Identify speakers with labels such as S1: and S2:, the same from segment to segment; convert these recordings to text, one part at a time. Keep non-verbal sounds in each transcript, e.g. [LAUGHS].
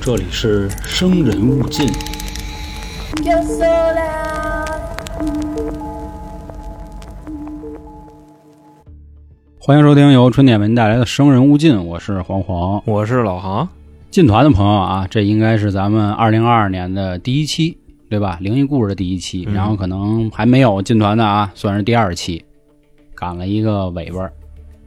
S1: 这里是生人勿近。
S2: Yo sola,
S1: 欢迎收听由春点为您带来的《生人勿近》，我是黄黄。
S3: 我是老航，
S1: 进团的朋友啊，这应该是咱们二零二二年的第一期，对吧？灵异故事的第一期，然后可能还没有进团的啊，算是第二期，赶了一个尾巴儿。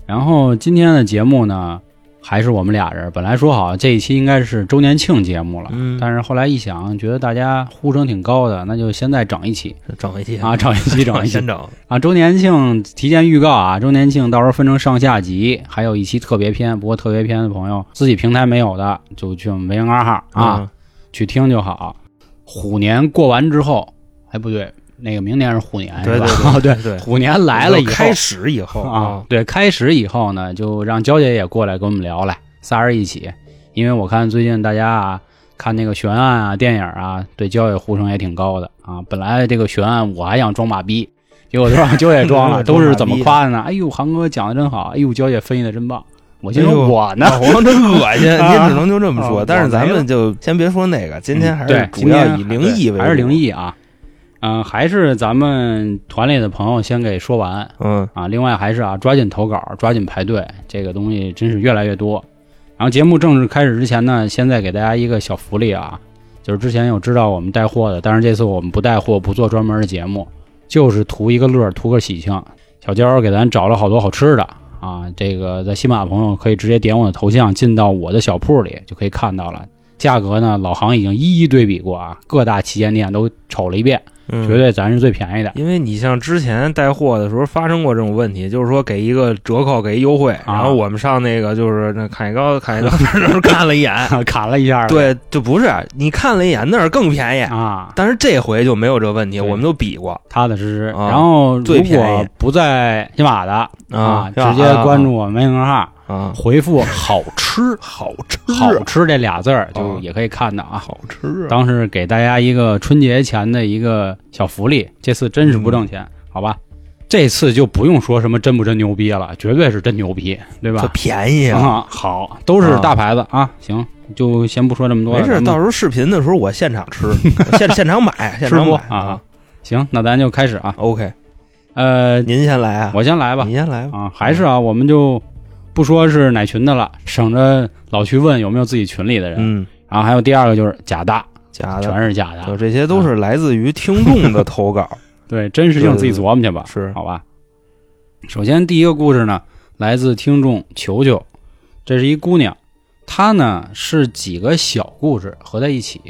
S1: 然后今天的节目呢，还是我们俩人，本来说好啊这一期应该是周年庆节目了，
S3: 嗯
S1: 但是后来一想，觉得大家呼声挺高的，那就现在整一期
S3: 整回 [LAUGHS] 去
S1: 啊，整一期，整一期
S3: 先，整，
S1: 啊，周年庆提前预告啊，周年庆到时候分成上下集，还有一期特别篇。不过特别篇的朋友自己平台没有的，就去我们微零二号啊、
S3: 嗯
S1: 去听就好。虎年过完之后，哎不对，那个明年是虎年
S3: 对
S1: 是吧？
S3: 对
S1: [LAUGHS]
S3: 对对
S1: 虎年来了以后
S3: 开始以后
S1: 啊，，对，开始以后呢，就让娇姐也过来跟我们聊来，仨人一起，因为我看最近大家啊，看那个悬案啊、电影啊，对娇姐呼声也挺高的啊。本来这个悬案我还想装马逼，结果都让娇姐装了，都是怎么夸的呢？哎呦，韩哥讲的真好，哎呦，娇姐分析的真棒。我心
S3: 哎呦
S1: 说我呢，
S3: 老黄真恶心，
S1: 啊
S3: 您只能就这么
S1: 啊
S3: 说。但是咱
S1: 我没
S3: 们就先别说那个，今天还是
S1: 对，
S3: 主要以灵异为主，
S1: [LAUGHS] 还是灵，异啊。嗯、还是咱们团里的朋友先给说完，
S3: 嗯，
S1: 啊，另外还是啊，抓紧投稿，抓紧排队，这个东西真是越来越多。然后节目正式开始之前呢，先再给大家一个小福利啊，就是之前有知道我们带货的，但是这次我们不带货，不做专门的节目，就是图一个乐儿，图个喜庆。小娇给咱找了好多好吃的啊，这个在新马的朋友可以直接点我的头像进到我的小铺里就可以看到了。价格呢，老行已经一一对比过啊，各大旗舰店都瞅了一遍，
S3: 嗯
S1: 绝。对咱是最便宜的。 [LAUGHS]
S3: 因为你像之前带货的时候发生过这种问题，就是说给一个折扣，给一优惠，然后我们上那个就是那凯高凯高那儿看了一眼，
S1: 砍了一下，
S3: 对，就不是你看了一眼那儿更便宜，
S1: 啊，
S3: 但是这回就没有这问题，
S1: 对
S3: 我们都比过
S1: 踏踏实实。
S3: 啊
S1: 然后如
S3: 最便
S1: 果
S3: 宜
S1: 不在喜马的啊，
S3: 是吧
S1: 直接关注我们微信公众号，
S3: 啊，
S1: 回复“好吃
S3: [LAUGHS] 好吃
S1: 好吃”这俩字儿，就
S3: 啊
S1: 也可以看到啊。
S3: 好吃啊！
S1: 当时给大家一个春节前的一个小福利，这次真是不
S3: 嗯
S1: 挣钱，好吧？这次就不用说什么真不真牛逼了，绝对是真牛逼，对
S3: 它
S1: 吧？
S3: 便宜啊！
S1: 啊，好，都是大牌子啊。行，就先不说这么多
S3: 没
S1: 了，
S3: 事，
S1: 咱们
S3: 到时候视频的时候我现场吃，我现 [LAUGHS] 现场买，现
S1: 直
S3: 场
S1: 播
S3: 买
S1: 啊。。行，那咱就开始啊。
S3: OK，
S1: 呃，
S3: 您先来啊，
S1: 我先来吧。
S3: 您先来吧。
S1: 啊，还是啊，我们就不说是哪群的了，省着老去问有没有自己群里的人。
S3: 嗯，
S1: 然后还有第二个就是假大，
S3: 假的，
S1: 全是假
S3: 就
S1: 的，
S3: 这些都是来自于听众的投稿，
S1: [LAUGHS] 对，真实性自己琢磨去吧，
S3: 是
S1: 好吧。首先第一个故事呢，来自听众球球，这是一姑娘，她呢是几个小故事合在一起，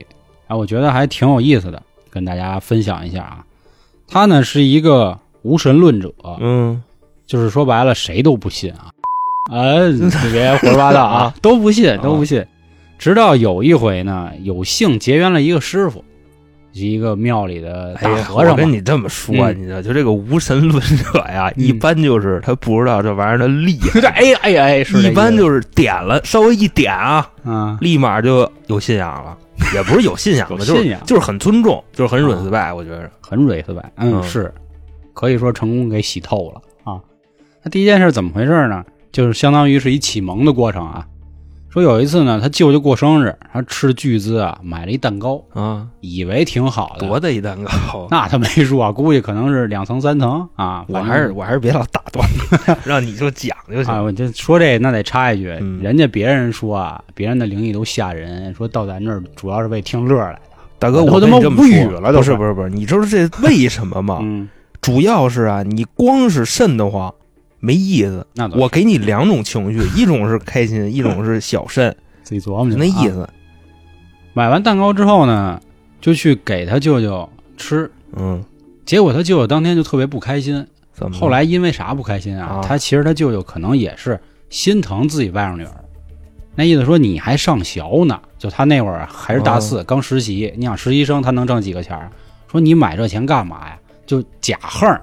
S1: 啊，我觉得还挺有意思的，跟大家分享一下啊。她呢是一个无神论者，
S3: 嗯，
S1: 就是说白了，谁都不信啊，
S3: [LAUGHS]
S1: 呃，你别胡说八道啊，都不信，都不信。直到有一回呢，有幸结缘了一个师傅，是一个庙里的
S3: 哎
S1: 大
S3: 呀
S1: 和尚
S3: 我
S1: 吧
S3: 跟你这么说，
S1: 嗯
S3: 你知道，就这个无神论者呀，
S1: 嗯
S3: 一般就是他不知道这玩意儿
S1: [LAUGHS]
S3: 的厉害，
S1: 哎呀哎呀哎，是这
S3: 一般
S1: 意思
S3: 就是点了，稍微一点啊，
S1: 啊，
S3: 立马就有信仰了，也不是有信
S1: [LAUGHS]
S3: 仰
S1: 有
S3: 吧，就是
S1: 信仰啊
S3: 就是很尊重，就是很 respect，我觉得。
S1: 很蕊丝白，嗯，
S3: 嗯
S1: 是，可以说成功给洗透了啊。那第一件事怎么回事呢？就是相当于是一启蒙的过程啊。说有一次呢，他舅舅过生日，他斥巨资啊买了一蛋糕，
S3: 啊，
S1: 以为挺好的，
S3: 多大一蛋糕？
S1: 那他没说啊，估计可能是两层三层啊。
S3: 我
S1: 反正
S3: 还是我还是别老打断
S1: [LAUGHS]
S3: 你，让你就讲就
S1: 啊，
S3: 行。
S1: 我就说这那得插一句，
S3: 嗯
S1: 人家别人说啊，别人的灵异都吓人，说到咱这儿主要是为听乐儿来的。
S3: 大哥，
S1: 我
S3: 我
S1: 都
S3: 跟
S1: 他妈
S3: 你这么
S1: 无
S3: 说
S1: 语了都
S3: 不是
S1: 快
S3: 不是不是，你知道这为什么吗？
S1: 嗯，
S3: 主要是啊，你光是瘆得慌没意思。
S1: 那倒是
S3: 我给你两种情绪，一种是开心，一种是小瘆，
S1: 自己琢磨去
S3: 就
S1: 吧
S3: 那意
S1: 啊。
S3: 思。
S1: 买完蛋糕之后呢，就去给他舅舅吃，
S3: 嗯，
S1: 结果他舅舅当天就特别不开心。
S3: 怎么了？
S1: 后来因为啥不开心啊？
S3: 嗯啊
S1: 他其实他舅舅可能也是心疼自己外甥女儿，那意思说你还上学呢，就他那会儿还是大
S3: 哦
S1: 四、刚实习，你想实习生他能挣几个钱儿？说你买这钱干嘛呀？就假横儿，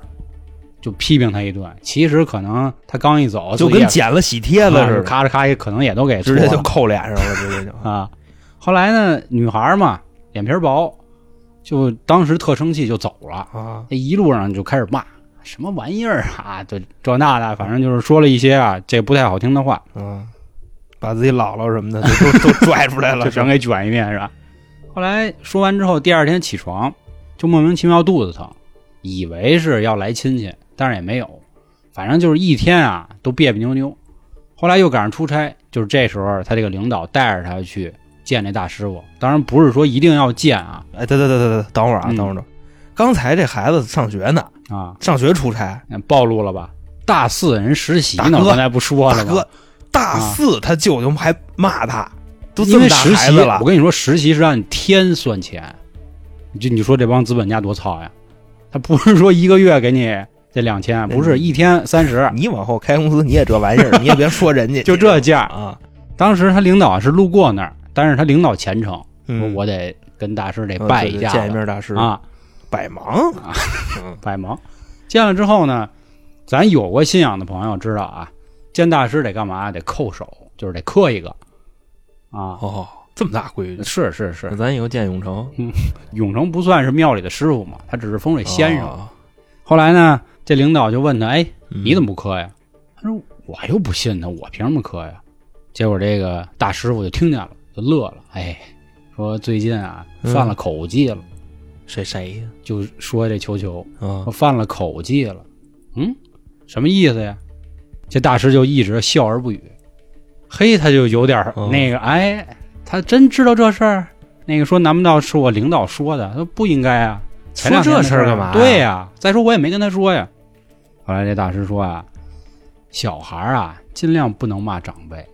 S1: 就批评他一顿。其实可能他刚一走，
S3: 就
S1: 自己也
S3: 跟剪了喜帖子
S1: 啊
S3: 似的，
S1: 咔哧咔哧，可能也都给
S3: 直接
S1: 搓
S3: 就
S1: 了
S3: 扣脸上了，直
S1: [LAUGHS]
S3: 接就。
S1: 啊。后来呢，女孩儿嘛，脸皮儿薄，就当时特生气就走了。
S3: 啊，
S1: 那一路上就开始骂什么玩意儿啊，就这那的，反正就是说了一些啊这不太好听的话。
S3: 嗯，把自己姥姥什么的就都都拽出来了
S1: [LAUGHS] 就，全给卷一遍是吧？后来说完之后，第二天起床就莫名其妙肚子疼，以为是要来亲戚，但是也没有，反正就是一天啊都别别扭扭。后来又赶上出差，就是这时候他这个领导带着他去见那大师傅，当然不是说一定要见啊
S3: 哎，等等等等等，等会儿啊，
S1: 嗯
S3: 等会儿等会儿。刚才这孩子上学呢，
S1: 啊，
S3: 上学出差，
S1: 那暴露了吧？大四人实习
S3: 大
S1: 呢，
S3: 哥
S1: 我刚才不说
S3: 大
S1: 了吗？
S3: 哥，大四他舅舅还骂他，都这
S1: 因
S3: 么
S1: 为
S3: 大
S1: 实
S3: 孩
S1: 习
S3: 子了
S1: 我，跟你说，实习是按天算钱，你就你说这帮资本家多操呀？他不是说一个月给你这两千，不是
S3: 嗯
S1: 一天三十，
S3: 你往后开公司你也这玩意儿，你也别说人 [LAUGHS] 家，
S1: 就这价。
S3: 啊，
S1: 当时他领导是路过那儿，但是他领导虔诚，说
S3: 嗯
S1: 我得跟大师得
S3: 嗯
S1: 拜
S3: 对
S1: 一
S3: 对
S1: 下
S3: 见一
S1: 子
S3: 面大师，
S1: 啊，
S3: 百忙，
S1: 百忙。见了之后呢，咱有过信仰的朋友知道啊，见大师得干嘛？得叩首，就是得磕一个啊。
S3: 哦，这么大规矩，哦
S1: 是是是
S3: 那，咱以后见永成
S1: 永成不算是庙里的师傅嘛，他只是风水先生。
S3: 哦
S1: 后来呢，这领导就问他：“哎，
S3: 嗯
S1: 你怎么不磕呀？”他说：“我又不信他，我凭什么磕呀？”结果这个大师傅就听见了，就乐了，哎，说最近啊
S3: 嗯
S1: 犯了口技了，
S3: 谁谁呀？
S1: 就说这球球
S3: 啊
S1: 说，犯了口技了，嗯，什么意思呀？这大师就一直笑而不语，嘿，他就有点儿
S3: 哦
S1: 那个，哎，他真知道这事儿。那个说，难不道是我领导说的？他说不应该啊，前
S3: 说
S1: 两天
S3: 这
S1: 的
S3: 事儿干嘛？
S1: 对，呀、再说我也没跟他说呀。后来这大师说啊，小孩儿啊，尽量不能骂长辈，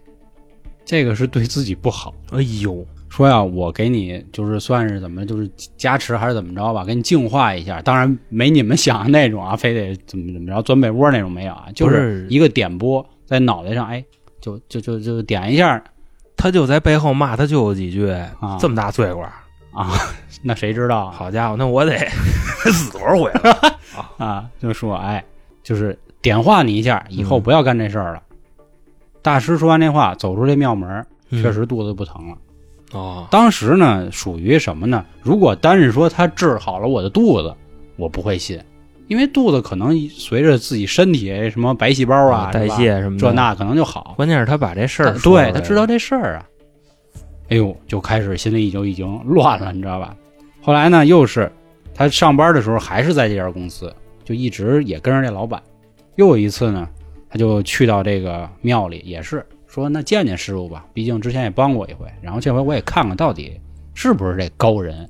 S1: 这个是对自己不好。
S3: 哎呦，
S1: 说呀、我给你就是算是怎么就是加持还是怎么着吧，给你净化一下。当然没你们想的那种啊，非得怎么怎么着钻被窝那种没有啊，就
S3: 不是
S1: 是一个点拨在脑袋上，哎，就就就就点一下，啊
S3: 他就在背后骂他舅舅几句，啊这么大罪过，
S1: 那谁知道啊？
S3: 好家伙，那我得 [LAUGHS] 死多少回了？
S1: 啊，就说哎，就是点化你一下，以后
S3: 嗯
S1: 不要干这事儿了。大师说完这话，走出这庙门儿，
S3: 嗯
S1: 确实肚子不疼了。
S3: [LAUGHS] 哦，
S1: 当时呢，属于什么呢？如果单是说他治好了我的肚子，我不会信，因为肚子可能随着自己身体什么白细胞啊、
S3: 代
S1: 是吧
S3: 谢什么的，
S1: 这那可能就好。
S3: 关键是他把这事儿
S1: 他
S3: 说出来
S1: 对
S3: 了，
S1: 他知道这事儿啊。哎呦，就开始心里就已经 [LAUGHS] 乱了，你知道吧？后来呢，又是他上班的时候还是在这家公司，就一直也跟着这老板。又有一次呢，他就去到这个庙里，也是说那见见师傅吧，毕竟之前也帮过一回，然后这回我也看看到底是不是这高人。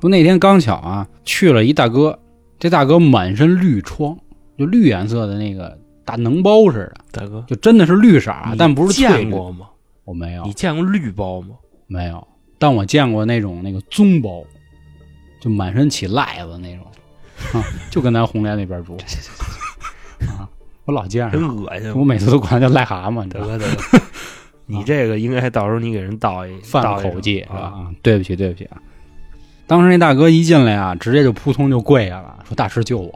S1: 不，那天刚巧啊，去了一大哥，这大哥满身绿疮，就绿颜色的那个大脓包似的，
S3: 大哥，
S1: 就真的是绿色啊，
S3: 你
S1: 但不是翠
S3: 见
S1: 绿
S3: 过吗？
S1: 我没有
S3: 你，见过绿包吗？
S1: 没有，但我见过那种那个棕包，就满身起癞子那种，啊， [LAUGHS] 就跟咱红莲那边
S3: [LAUGHS]
S1: 住，啊，我老见着，
S3: 真恶心！
S1: 我每次都管它叫癞蛤蟆，你知
S3: 大
S1: 道吧？
S3: 哥，大 [LAUGHS] 哥，你这个应该到时候你给人道一
S1: 犯
S3: 道
S1: 了
S3: 一
S1: 口技是
S3: 声
S1: 吧？
S3: 啊！
S1: 啊，对不起，对不起啊！当时那大哥一进来啊，直接就扑通就跪下了，说：“大师救我！”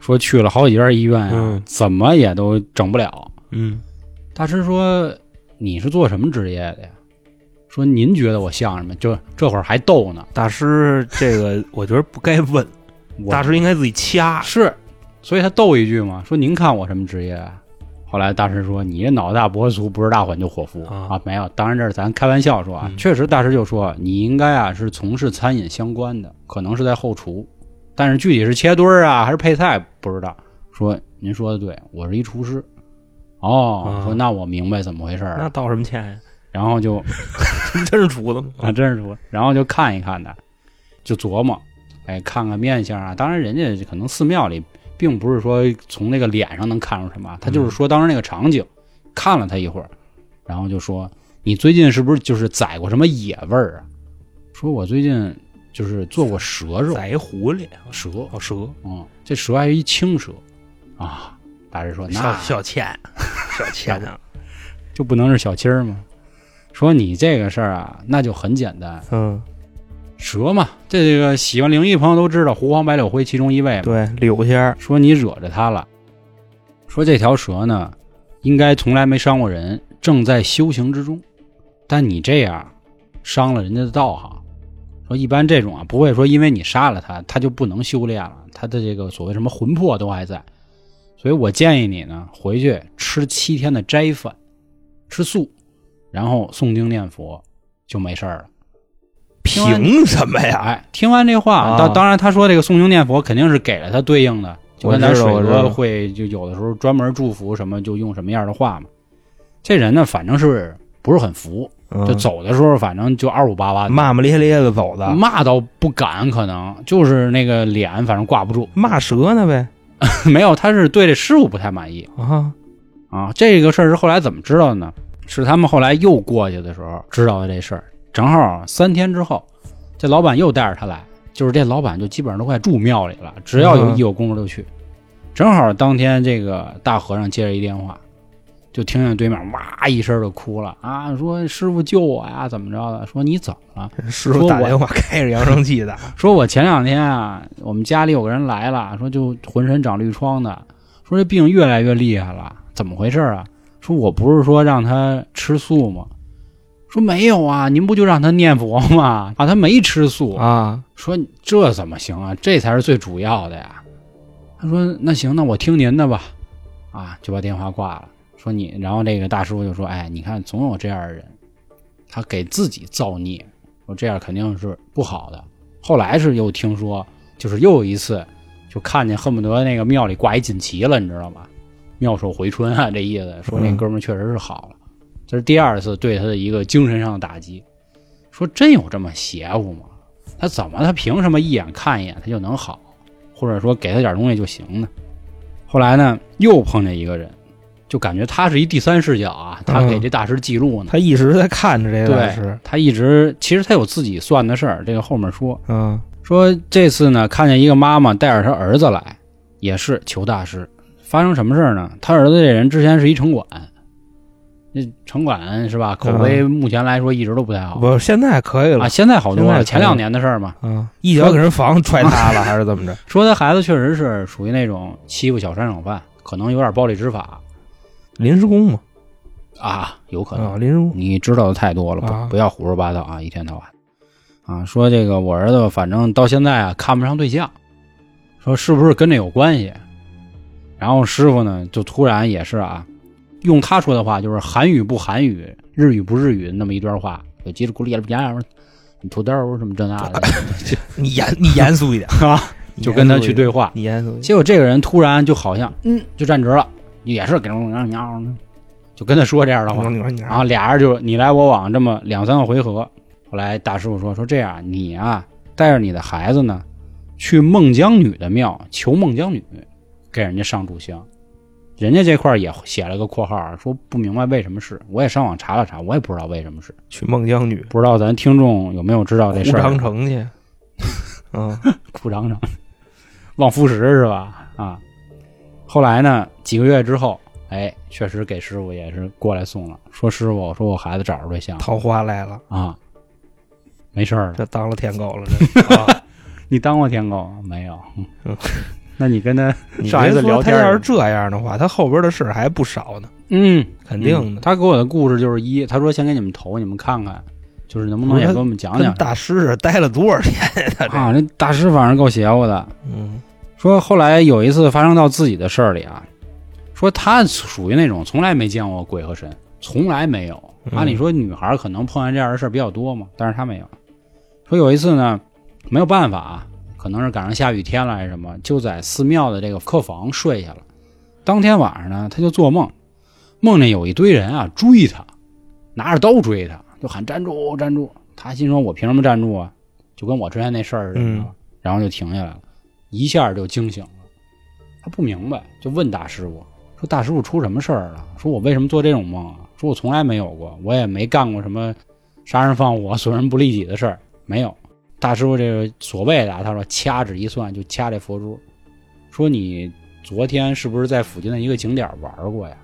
S1: 说去了好几家医院啊，
S3: 嗯
S1: 怎么也都整不了。
S3: 嗯，
S1: 大师说：“你是做什么职业的呀？”说：“您觉得我像什么？就这会儿还逗呢。
S3: 大师，这个我觉得不该问，
S1: 我
S3: 大师应该自己掐。
S1: 是，所以他逗一句嘛，说您看我什么职业啊？后来大师说你这脑大不会粗，不是大缓就火夫
S3: 啊
S1: 啊没有，当然这是咱开玩笑说啊，
S3: 嗯
S1: 确实大师就说你应该啊是从事餐饮相关的，可能是在后厨，但是具体是切墩儿啊还是配菜不知道。说您说的对，我是一厨师。哦，
S3: 啊
S1: 说那我明白怎么回事儿
S3: 那
S1: 了，
S3: 道什么歉呀？ [LAUGHS]
S1: 然后就
S3: 真是厨子吗？
S1: 啊，真是说，然后就看一看他，就琢磨，哎，看看面相啊。当然，人家可能寺庙里并不是说从那个脸上能看出什么，他就是说当时那个场景，看了他一会儿，然后就说：“你最近是不是就是宰过什么野味儿啊？”说：“我最近就是做过蛇肉，
S3: 宰一狐狸，
S1: 蛇，
S3: 哦，蛇，
S1: 嗯，这蛇还是一青蛇啊。”大师说：“
S3: 小
S1: 那
S3: 小倩， [LAUGHS] 小倩啊，
S1: 就不能是小七儿吗？”说：“你这个事儿啊，那就很简单，
S3: 嗯，
S1: 蛇嘛，这这个喜欢灵异朋友都知道，狐黄白柳灰其中一位嘛。
S3: 对，柳仙儿，
S1: 说你惹着它了，说这条蛇呢，应该从来没伤过人，正在修行之中，但你这样伤了人家的道行。说一般这种啊，不会说因为你杀了它，它就不能修炼了，它的这个所谓什么魂魄都还在。所以我建议你呢，回去吃七天的斋饭，吃素，然后诵经念佛就没事儿了。
S3: 凭什么呀？
S1: 哎，听完这话，
S3: 啊
S1: 当、当然他说这个诵经念佛肯定是给了他对应的，就跟咱
S3: 我知道
S1: 水
S3: 我知道
S1: 哥会就有的时候专门祝福什么就用什么样的话嘛。这人呢，反正是不是很服，
S3: 嗯
S1: 就走的嗯时候反正就二五八八的，
S3: 骂骂咧咧的走的，
S1: 骂到不敢，可能就是那个脸反正挂不住。
S3: 骂折呢呗
S1: [LAUGHS] 没有，他是对这师傅不太满意
S3: 啊！
S1: 啊。这个事儿是后来怎么知道的呢？是他们后来又过去的时候知道的这事儿。正好三天之后，这老板又带着他来，就是这老板就基本上都快住庙里了，只要有
S3: 嗯
S1: 一有功夫就去。正好当天这个大和尚接了一电话，就听见对面哇一声就哭了啊，说师傅救我呀，怎么着的？说你怎么了？
S3: 师傅打电话开着扬声器的，
S1: 说我前两天啊，我们家里有个人来了，说就浑身长绿疮的，说这病越来越厉害了，怎么回事啊？说我不是说让他吃素吗？说没有啊，您不就让他念佛吗？啊，他没吃素。
S3: 啊，
S1: 说这怎么行啊？这才是最主要的呀。他说那行，那我听您的吧。啊，就把电话挂了。说你，然后这个大师傅就说，哎，你看总有这样的人，他给自己造孽，说这样肯定是不好的。后来是又听说，就是又有一次，就看见恨不得那个庙里挂一锦旗了，你知道吗？妙手回春啊，这意思说那哥们儿确实是好了。这是第二次对他的一个精神上的打击。说真有这么邪乎吗？他怎么他凭什么一眼看一眼他就能好，或者说给他点东西就行呢？后来呢，又碰见一个人，就感觉他是一第三视角啊，他给这大师记录呢。
S3: 嗯他一直在看着这个老
S1: 对
S3: 师，，
S1: 他一直其实他有自己算的事儿，这个后面说
S3: 嗯，
S1: 说这次呢，看见一个妈妈带着她儿子来，也是求大师。发生什么事儿呢？他儿子这人之前是一城管，那城管是吧？口碑目前来说一直都不太好、
S3: 我现在可以嗯了
S1: 啊，现在好多
S3: 现在可
S1: 了，
S3: 以
S1: 前两年的事儿嘛。
S3: 啊，一脚给人房踹塌 [LAUGHS] 了还是怎么着？
S1: 说他孩子确实是属于那种欺负小商小贩，可能有点暴力执法
S3: 临时工嘛，
S1: 啊，有可能。
S3: 啊，临时工，
S1: 你知道的太多了，
S3: 啊
S1: 不不要胡说八道啊，一天到晚啊，说这个我儿子反正到现在啊看不上对象，说是不是跟这有关系？然后师傅呢就突然也是啊，用他说的话就是韩语不韩语，日语不日语那么一段话，就叽里咕哩呀，你土豆儿什么这那的，
S3: 你严 [LAUGHS] 你严肃一点，
S1: 啊，就跟他去对话。
S3: 你严肃一点，
S1: 结果这个人突然就好像，嗯，就站直了，也是给人就跟他说这样的
S3: 你
S1: 话
S3: 说，你说你
S1: 然
S3: 说
S1: 后俩人就你来我往这么两三个回合。后来大师傅说说这样，你啊带着你的孩子呢，去孟姜女的庙求孟姜女，给人家上炷香。人家这块儿也写了个括号啊，说不明白为什么是，我也上网查了查，我也不知道为什么是，
S3: 去孟姜女
S1: 不知道咱听众有没有知道这
S3: 胡
S1: 事儿？
S3: 长城去， [LAUGHS] 嗯，
S1: 裤衩上，望夫石是吧？啊，后来呢，几个月之后，哎，确实给师傅也是过来送了，说师傅，我说我孩子找着对象了
S3: 桃花来了，
S1: 啊，没事儿了。
S3: 这当了舔狗了， [LAUGHS] 这啊。
S1: 你当过舔狗吗没有？
S3: 嗯
S1: 那你
S3: [LAUGHS]
S1: 跟他
S3: 你
S1: 上一
S3: 别
S1: 次
S3: 说
S1: 聊天
S3: 他要
S1: 儿
S3: 是这样的话，他后边的事儿还不少呢，
S1: 嗯，
S3: 肯定的。
S1: 他给我的故事就是一，他说先给你们投，你们看看，就是能不能也给我们讲
S3: 跟
S1: 讲
S3: 大师似的待了多少天呀？他这，
S1: 啊？这大师反正够邪乎的，
S3: 嗯，
S1: 说后来有一次发生到自己的事儿里啊，说他属于那种从来没见过鬼和神，从来没有。
S3: 嗯
S1: 按理说女孩儿可能碰见这样的事儿比较多嘛，但是他没有。说有一次呢，没有办法啊，可能是赶上下雨天了还是什么，就在寺庙的这个客房睡下了。当天晚上呢，他就做梦，梦见有一堆人啊追他，拿着刀追他，就喊站住站住。他心说：“我凭什么站住啊？”就跟我之前那事儿似的，
S3: 嗯
S1: 然后就停下来了，一下就惊醒了。他不明白，就问大师傅说：“大师傅出什么事儿了？说我为什么做这种梦啊？说我从来没有过，我也没干过什么杀人放火、 [LAUGHS] 损人不利己的事儿，没有。”大师傅这个所谓的啊，他说掐指一算就掐这佛珠，说你昨天是不是在附近的一个景点玩过呀？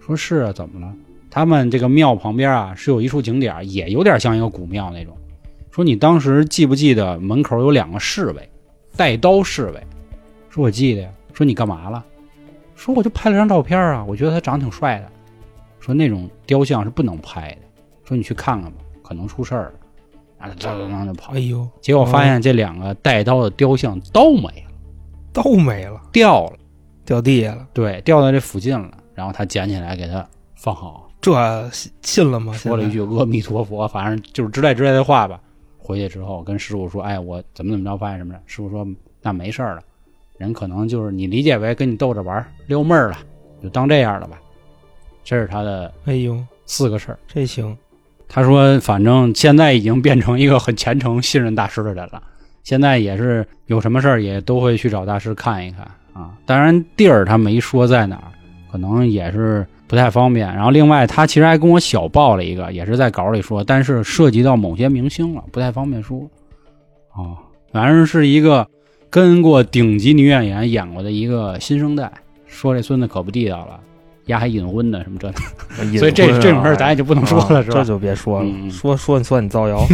S1: 说是啊，怎么了？他们这个庙旁边啊是有一处景点，也有点像一个古庙那种。说你当时记不记得门口有两个侍卫，带刀侍卫？说我记得呀。说你干嘛了？说我就拍了张照片啊，我觉得他长得挺帅的。说那种雕像是不能拍的。说你去看看吧，可能出事儿了。啊然后他当当当就跑
S3: 哎。呦，
S1: 结果发现这两个带刀的雕像刀没了，
S3: 刀没了，
S1: 掉了，
S3: 掉地下了，
S1: 对，掉到这附近了。然后他捡起来给它放好，
S3: 这信了吗？现
S1: 说
S3: 在
S1: 了一句阿弥陀佛，反正就是之类之类的话吧。回去之后跟师傅说，哎，我怎么怎么着发现什么了？师傅说那没事儿了，人可能就是你理解为跟你逗着玩儿溜闷儿了，就当这样了吧。这是他的
S3: 哎呦，
S1: 四个事儿。
S3: 这行，
S1: 他说，反正现在已经变成一个很虔诚、信任大师的人了。现在也是有什么事儿也都会去找大师看一看啊。当然地儿他没说在哪儿，可能也是不太方便。然后另外他其实还跟我小报了一个，也是在稿里说，但是涉及到某些明星了，不太方便说。哦，反正是一个跟过顶级女演员演过的一个新生代，说这孙子可不地道了，丫还隐婚呢什么这所以这
S3: 隐晦啊
S1: 这种事儿咱也就不能说了
S3: 啊
S1: 是吧
S3: 这就别说了，
S1: 嗯
S3: 说说你算你
S1: [LAUGHS]
S3: 造谣。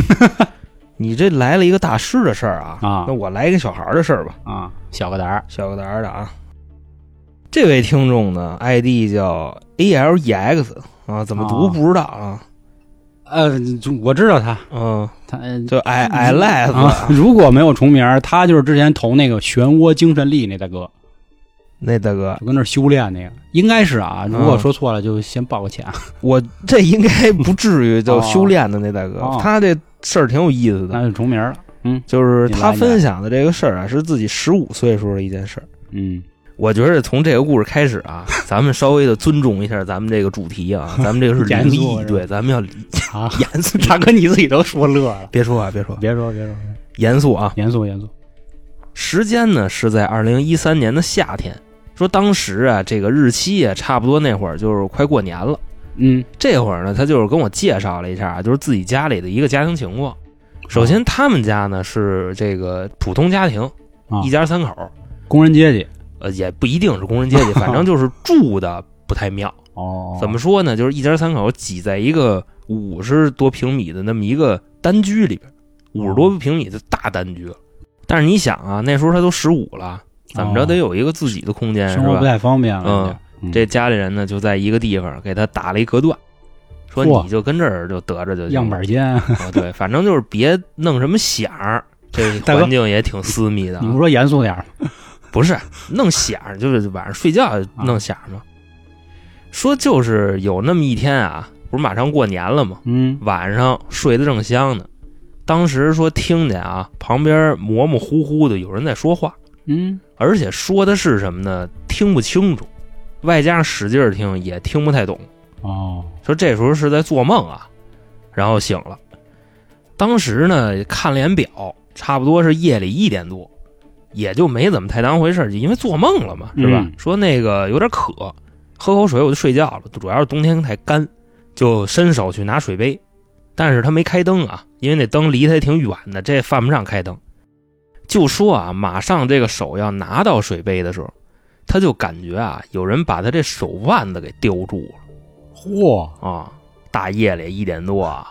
S3: 你这来了一个大师的事儿啊，
S1: 啊
S3: 那我来一个小孩儿的事儿吧，
S1: 啊，小个胆儿
S3: 小个胆儿的啊。这位听众呢，ID 叫 A L E X 啊，怎么读
S1: 啊
S3: 不知道啊？
S1: 呃，我知道他，
S3: 嗯，
S1: 他
S3: 就 I I l i
S1: 啊， [LAUGHS] 如果没有重名儿，他就是之前投那个漩涡精神力那大哥，
S3: 那大哥，
S1: 就跟那儿修炼那个，应该是啊。如果说错了，就先报个歉啊。
S3: 我这应该不至于叫修炼的那大哥，
S1: 哦
S3: 他这事儿挺有意思的，
S1: 那就重名儿了。
S3: 就是他
S1: 你来你来
S3: 分享的这个事儿啊，是自己十五岁时候的一件事儿。
S1: 嗯
S3: 我觉得从这个故事开始啊，咱们稍微的尊重一下咱们这个主题啊，咱们这个是
S1: 严
S3: 灵
S1: 肃
S3: 异，
S1: 是吧
S3: 对，咱们要
S1: [LAUGHS] 啊，
S3: 严肃。
S1: [LAUGHS] 大哥你自己都说乐了，
S3: 别说啊，别说，
S1: 别说别说，
S3: 严肃啊。
S1: 严肃严肃。
S3: 时间呢是在二零一三年的夏天，说当时啊，这个日期啊，差不多那会儿就是快过年了。
S1: 嗯
S3: 这会儿呢，他就是跟我介绍了一下，就是自己家里的一个家庭情况。首先，他们家呢是这个普通家庭，
S1: 啊
S3: 一，家三口，
S1: 工人阶级
S3: 呃，也不一定是工人阶级，反正就是住的不太妙。
S1: 哦，
S3: 怎么说呢？就是一家三口挤在一个五十多平米的那么一个单居里边，
S1: 哦
S3: 五十多平米的大单居了。但是你想啊，那时候他都十五了，怎么着
S1: 哦
S3: 得有一个自己的空间是
S1: 生活不
S3: 吧？
S1: 太方便了？嗯
S3: 这家里人呢就在一个地方给他打了一隔断，说
S1: 嚯
S3: 你就跟这儿就得着就行
S1: 样板间，
S3: 啊，对，反正就是别弄什么响儿，这
S1: [LAUGHS] 大哥
S3: 环境也挺私密的
S1: [LAUGHS]
S3: 啊。
S1: 你不说严肃点儿吗？
S3: 不是弄响儿，就是晚上睡觉弄响儿嘛。说就是有那么一天啊，不是马上过年了吗？
S1: 嗯
S3: 晚上睡得正香呢，当时说听见啊，旁边模模糊糊的有人在说话，
S1: 嗯，
S3: 而且说的是什么呢？听不清楚，外加上使劲儿听也听不太懂。
S1: 哦，
S3: 说这时候是在做梦啊，然后醒了。当时呢看了眼表，差不多是夜里一点多，也就没怎么太当回事儿，因为做梦了嘛，是吧？
S1: 嗯
S3: 说那个有点渴，喝口水我就睡觉了。主要是冬天太干，就伸手去拿水杯，但是他没开灯啊，因为那灯离他挺远的，这犯不上开灯。就说啊，马上这个手要拿到水杯的时候，他就感觉啊，有人把他这手腕子给叼住了。
S1: 嚯，
S3: 啊，大夜里一点多啊，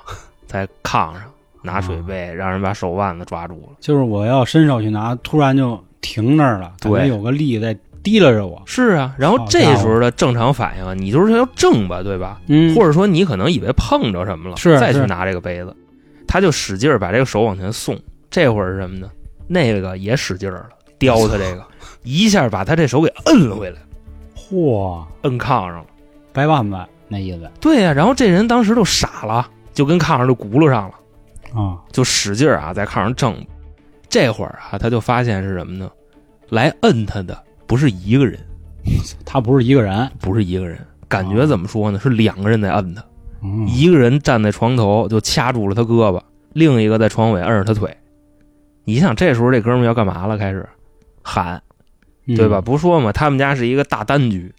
S3: 在炕上拿
S1: 嗯
S3: 水杯，让人把手腕子抓住了。
S1: 就是我要伸手去拿，突然就停那儿了，感觉
S3: 对
S1: 有个力在提拉着我。
S3: 是啊，然后
S1: 好
S3: 这
S1: 家伙
S3: 时候的正常反应啊，你就是要正吧，对吧？
S1: 嗯
S3: 或者说你可能以为碰着什么了，
S1: 是
S3: 再去
S1: 是
S3: 拿这个杯子，他就使劲儿把这个手往前送。这会儿是什么呢？那个也使劲儿了，叼他这个，一下把他这手给摁回来，
S1: 嚯，
S3: 摁炕上了。
S1: 掰腕子那意思啊
S3: 对呀、然后这人当时就傻了，就跟炕上就轱辘上了。
S1: 啊，
S3: 就使劲儿啊在炕上挣。这会儿啊，他就发现是什么呢？来摁他的不是一个人，
S1: 他不是一个人，
S3: 不是一个人，感觉怎么说呢？是两个人在摁他，
S1: 嗯
S3: 一个人站在床头就掐住了他胳膊，另一个在床尾摁着他腿。你想这时候这哥们儿要干嘛了？开始喊，
S1: 嗯
S3: 对吧？？不说嘛，他们家是一个大单居，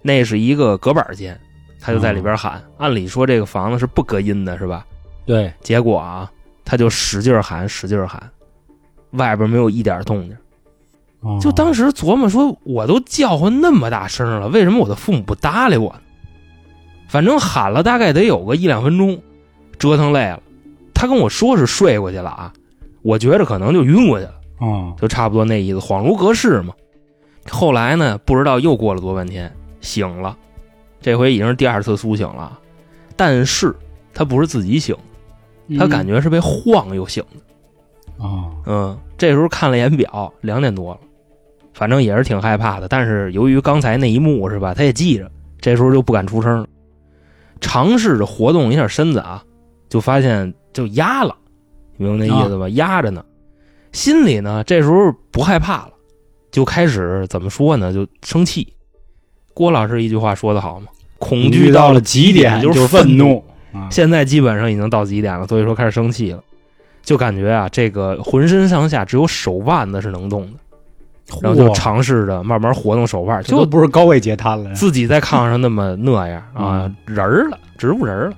S3: 那是一个隔板间，他就在里边喊。按理说这个房子是不隔音的，是吧？
S1: 对，
S3: 结果啊，他就使劲儿喊，使劲儿喊，外边没有一点动静。
S1: 哦
S3: 就当时琢磨说，我都叫唤那么大声了，为什么我的父母不搭理我呢？反正喊了大概得有个一两分钟，折腾累了，他跟我说是睡过去了啊，我觉着可能就晕过去了，
S1: 哦，
S3: 就差不多那意思，恍如隔世嘛。后来呢，不知道又过了多半天，醒了，这回已经是第二次苏醒了，但是他不是自己醒。他感
S1: 觉
S3: 觉是被晃悠醒的。
S1: 哦，
S3: 嗯，这时候看了眼表，两点多了，反正也是挺害怕的。但是由于刚才那一幕是吧，他也记着，这时候就不敢出声了。尝试着活动一下身子啊，就发现就压了，明白那意思吧？压着呢，心里呢这时候不害怕了，就开始怎么说呢？就生气。郭老师一句话说的好嘛，恐惧
S1: 到
S3: 了
S1: 极
S3: 点
S1: 就是愤
S3: 怒。
S1: 啊，
S3: 现在基本上已经到极点了，所以说开始生气了，就感觉啊，这个浑身上下只有手腕子是能动的，然后就
S1: 嚯
S3: 尝试着慢慢活动手腕，
S1: 这都
S3: 就
S1: 不是高位截瘫
S3: [LAUGHS]
S1: 了，
S3: 自己在炕上那么那样啊
S1: 嗯，
S3: 人儿了，植物人儿了。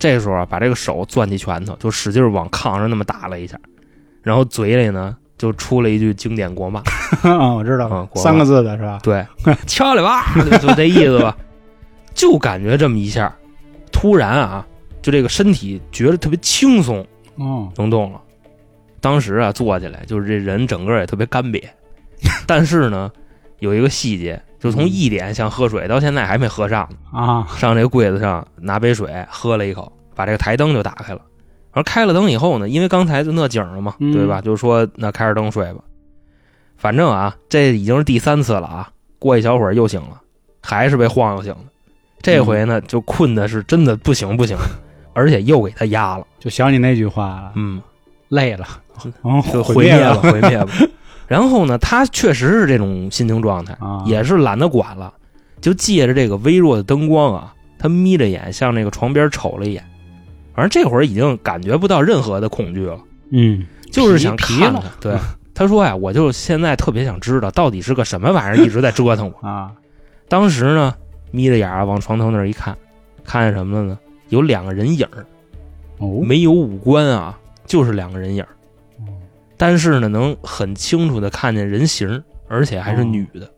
S3: 这时候啊，把这个手攥起拳头，就使劲往炕上那么打了一下，然后嘴里呢就出了一句经
S1: [LAUGHS]
S3: 典国骂，
S1: 啊，我知道
S3: 嗯，国外
S1: 三个字的是吧？ [LAUGHS]
S3: 对，敲里吧，就这意思吧。就感觉这么一下，突然啊，就这个身体觉得特别轻松，
S1: 哦，
S3: 能动了。当时啊，坐起来就是这人整个也特别干瘪，但是呢，有一个细节，就从一点想喝水到现在还没喝上呢，
S1: 啊，
S3: 上这个柜子上拿杯水喝了一口，把这个台灯就打开了。而开了灯以后呢，因为刚才就那景儿了嘛，
S1: 嗯
S3: 对吧？就说那开着灯睡吧。反正啊，这已经是第三次了啊。过一小会儿又醒了，还是被晃悠醒的。这回呢，就困的是真的不行不行的，而且又给他压了。
S1: 就想起那句话了，
S3: 嗯，
S1: 累了，哦，
S3: 就
S1: 毁
S3: 毁灭
S1: 了
S3: 吧，毁灭吧。然后呢，他确实是这种心情状态，
S1: 啊，
S3: 也是懒得管了，就借着这个微弱的灯光啊，他眯着眼向那个床边瞅了一眼。反正这会儿已经感觉不到任何的恐惧了，
S1: 嗯，
S3: 就是想
S1: 皮皮
S3: 看看
S1: 了。
S3: 对，他说呀、我就现在特别想知道到底是个什么玩意儿一直在折腾我。
S1: 啊，
S3: 当时呢，眯着眼儿啊往床头那儿一看，看见什么了呢？有两个人影儿，
S1: 哦，
S3: 没有五官啊，就是两个人影儿
S1: 哦，
S3: 但是呢，能很清楚的看见人形儿，而且还是女
S1: 哦
S3: 的，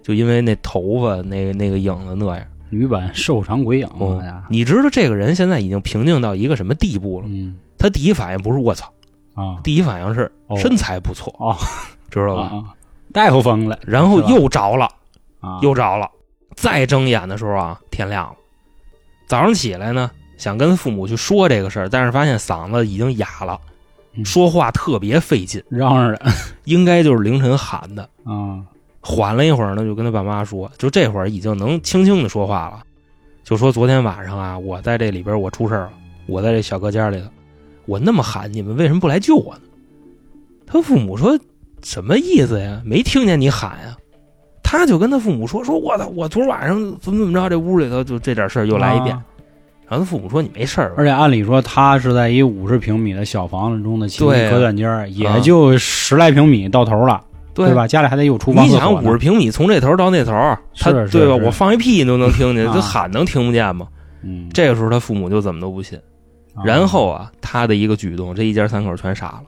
S3: 就因为那头发那那个影子那样。
S1: 女版瘦长鬼影，
S3: 哦
S1: 我哎呀
S3: 你知道这个人现在已经平静到一个什么地步了吗？
S1: 嗯
S3: 他第一反应不是我操，
S1: 啊，
S3: 第一反应是
S1: 哦
S3: 身材不错，
S1: 哦
S3: 知道吧？
S1: 啊，大夫疯了，
S3: 然后
S1: 是吧
S3: 又着了，
S1: 啊，
S3: 又着了。再睁眼的时候啊，天亮了。早上起来呢，想跟父母去说这个事儿，但是发现嗓子已经哑了，
S1: 嗯
S3: 说话特别费劲。
S1: 嚷嚷
S3: 啊
S1: 着
S3: 应该就是凌晨喊的。
S1: 啊，
S3: 缓了一会儿呢，就跟他爸妈说，就这会儿已经能轻轻的说话了，就说昨天晚上啊，我在这里边我出事儿了，我在这小隔间里头，我那么喊你们为什么不来救我呢？他父母说什么意思呀？没听见你喊呀？他就跟他父母说说我操，我昨儿晚上怎么怎么着，这屋里头就这点事儿又来一遍。
S1: 啊。
S3: 然后他父母说你没事儿吧
S1: 而且按理说，他是在一五十平米的小房子中的亲密
S3: 对啊
S1: 隔断间儿，
S3: 啊
S1: 也就十来平米到头了，
S3: 对
S1: 吧？家里还得有厨房
S3: 你
S1: 厕
S3: 想
S1: 所呢。
S3: 五十平米从这头到那头，他
S1: 是是
S3: 对吧？
S1: 是
S3: 我放一屁你都能听见，
S1: 啊
S3: 这喊能听不见吗？
S1: 嗯，
S3: 这个时候他父母就怎么都不信，
S1: 啊
S3: 然后啊，他的一个举动，这一家三口全傻了。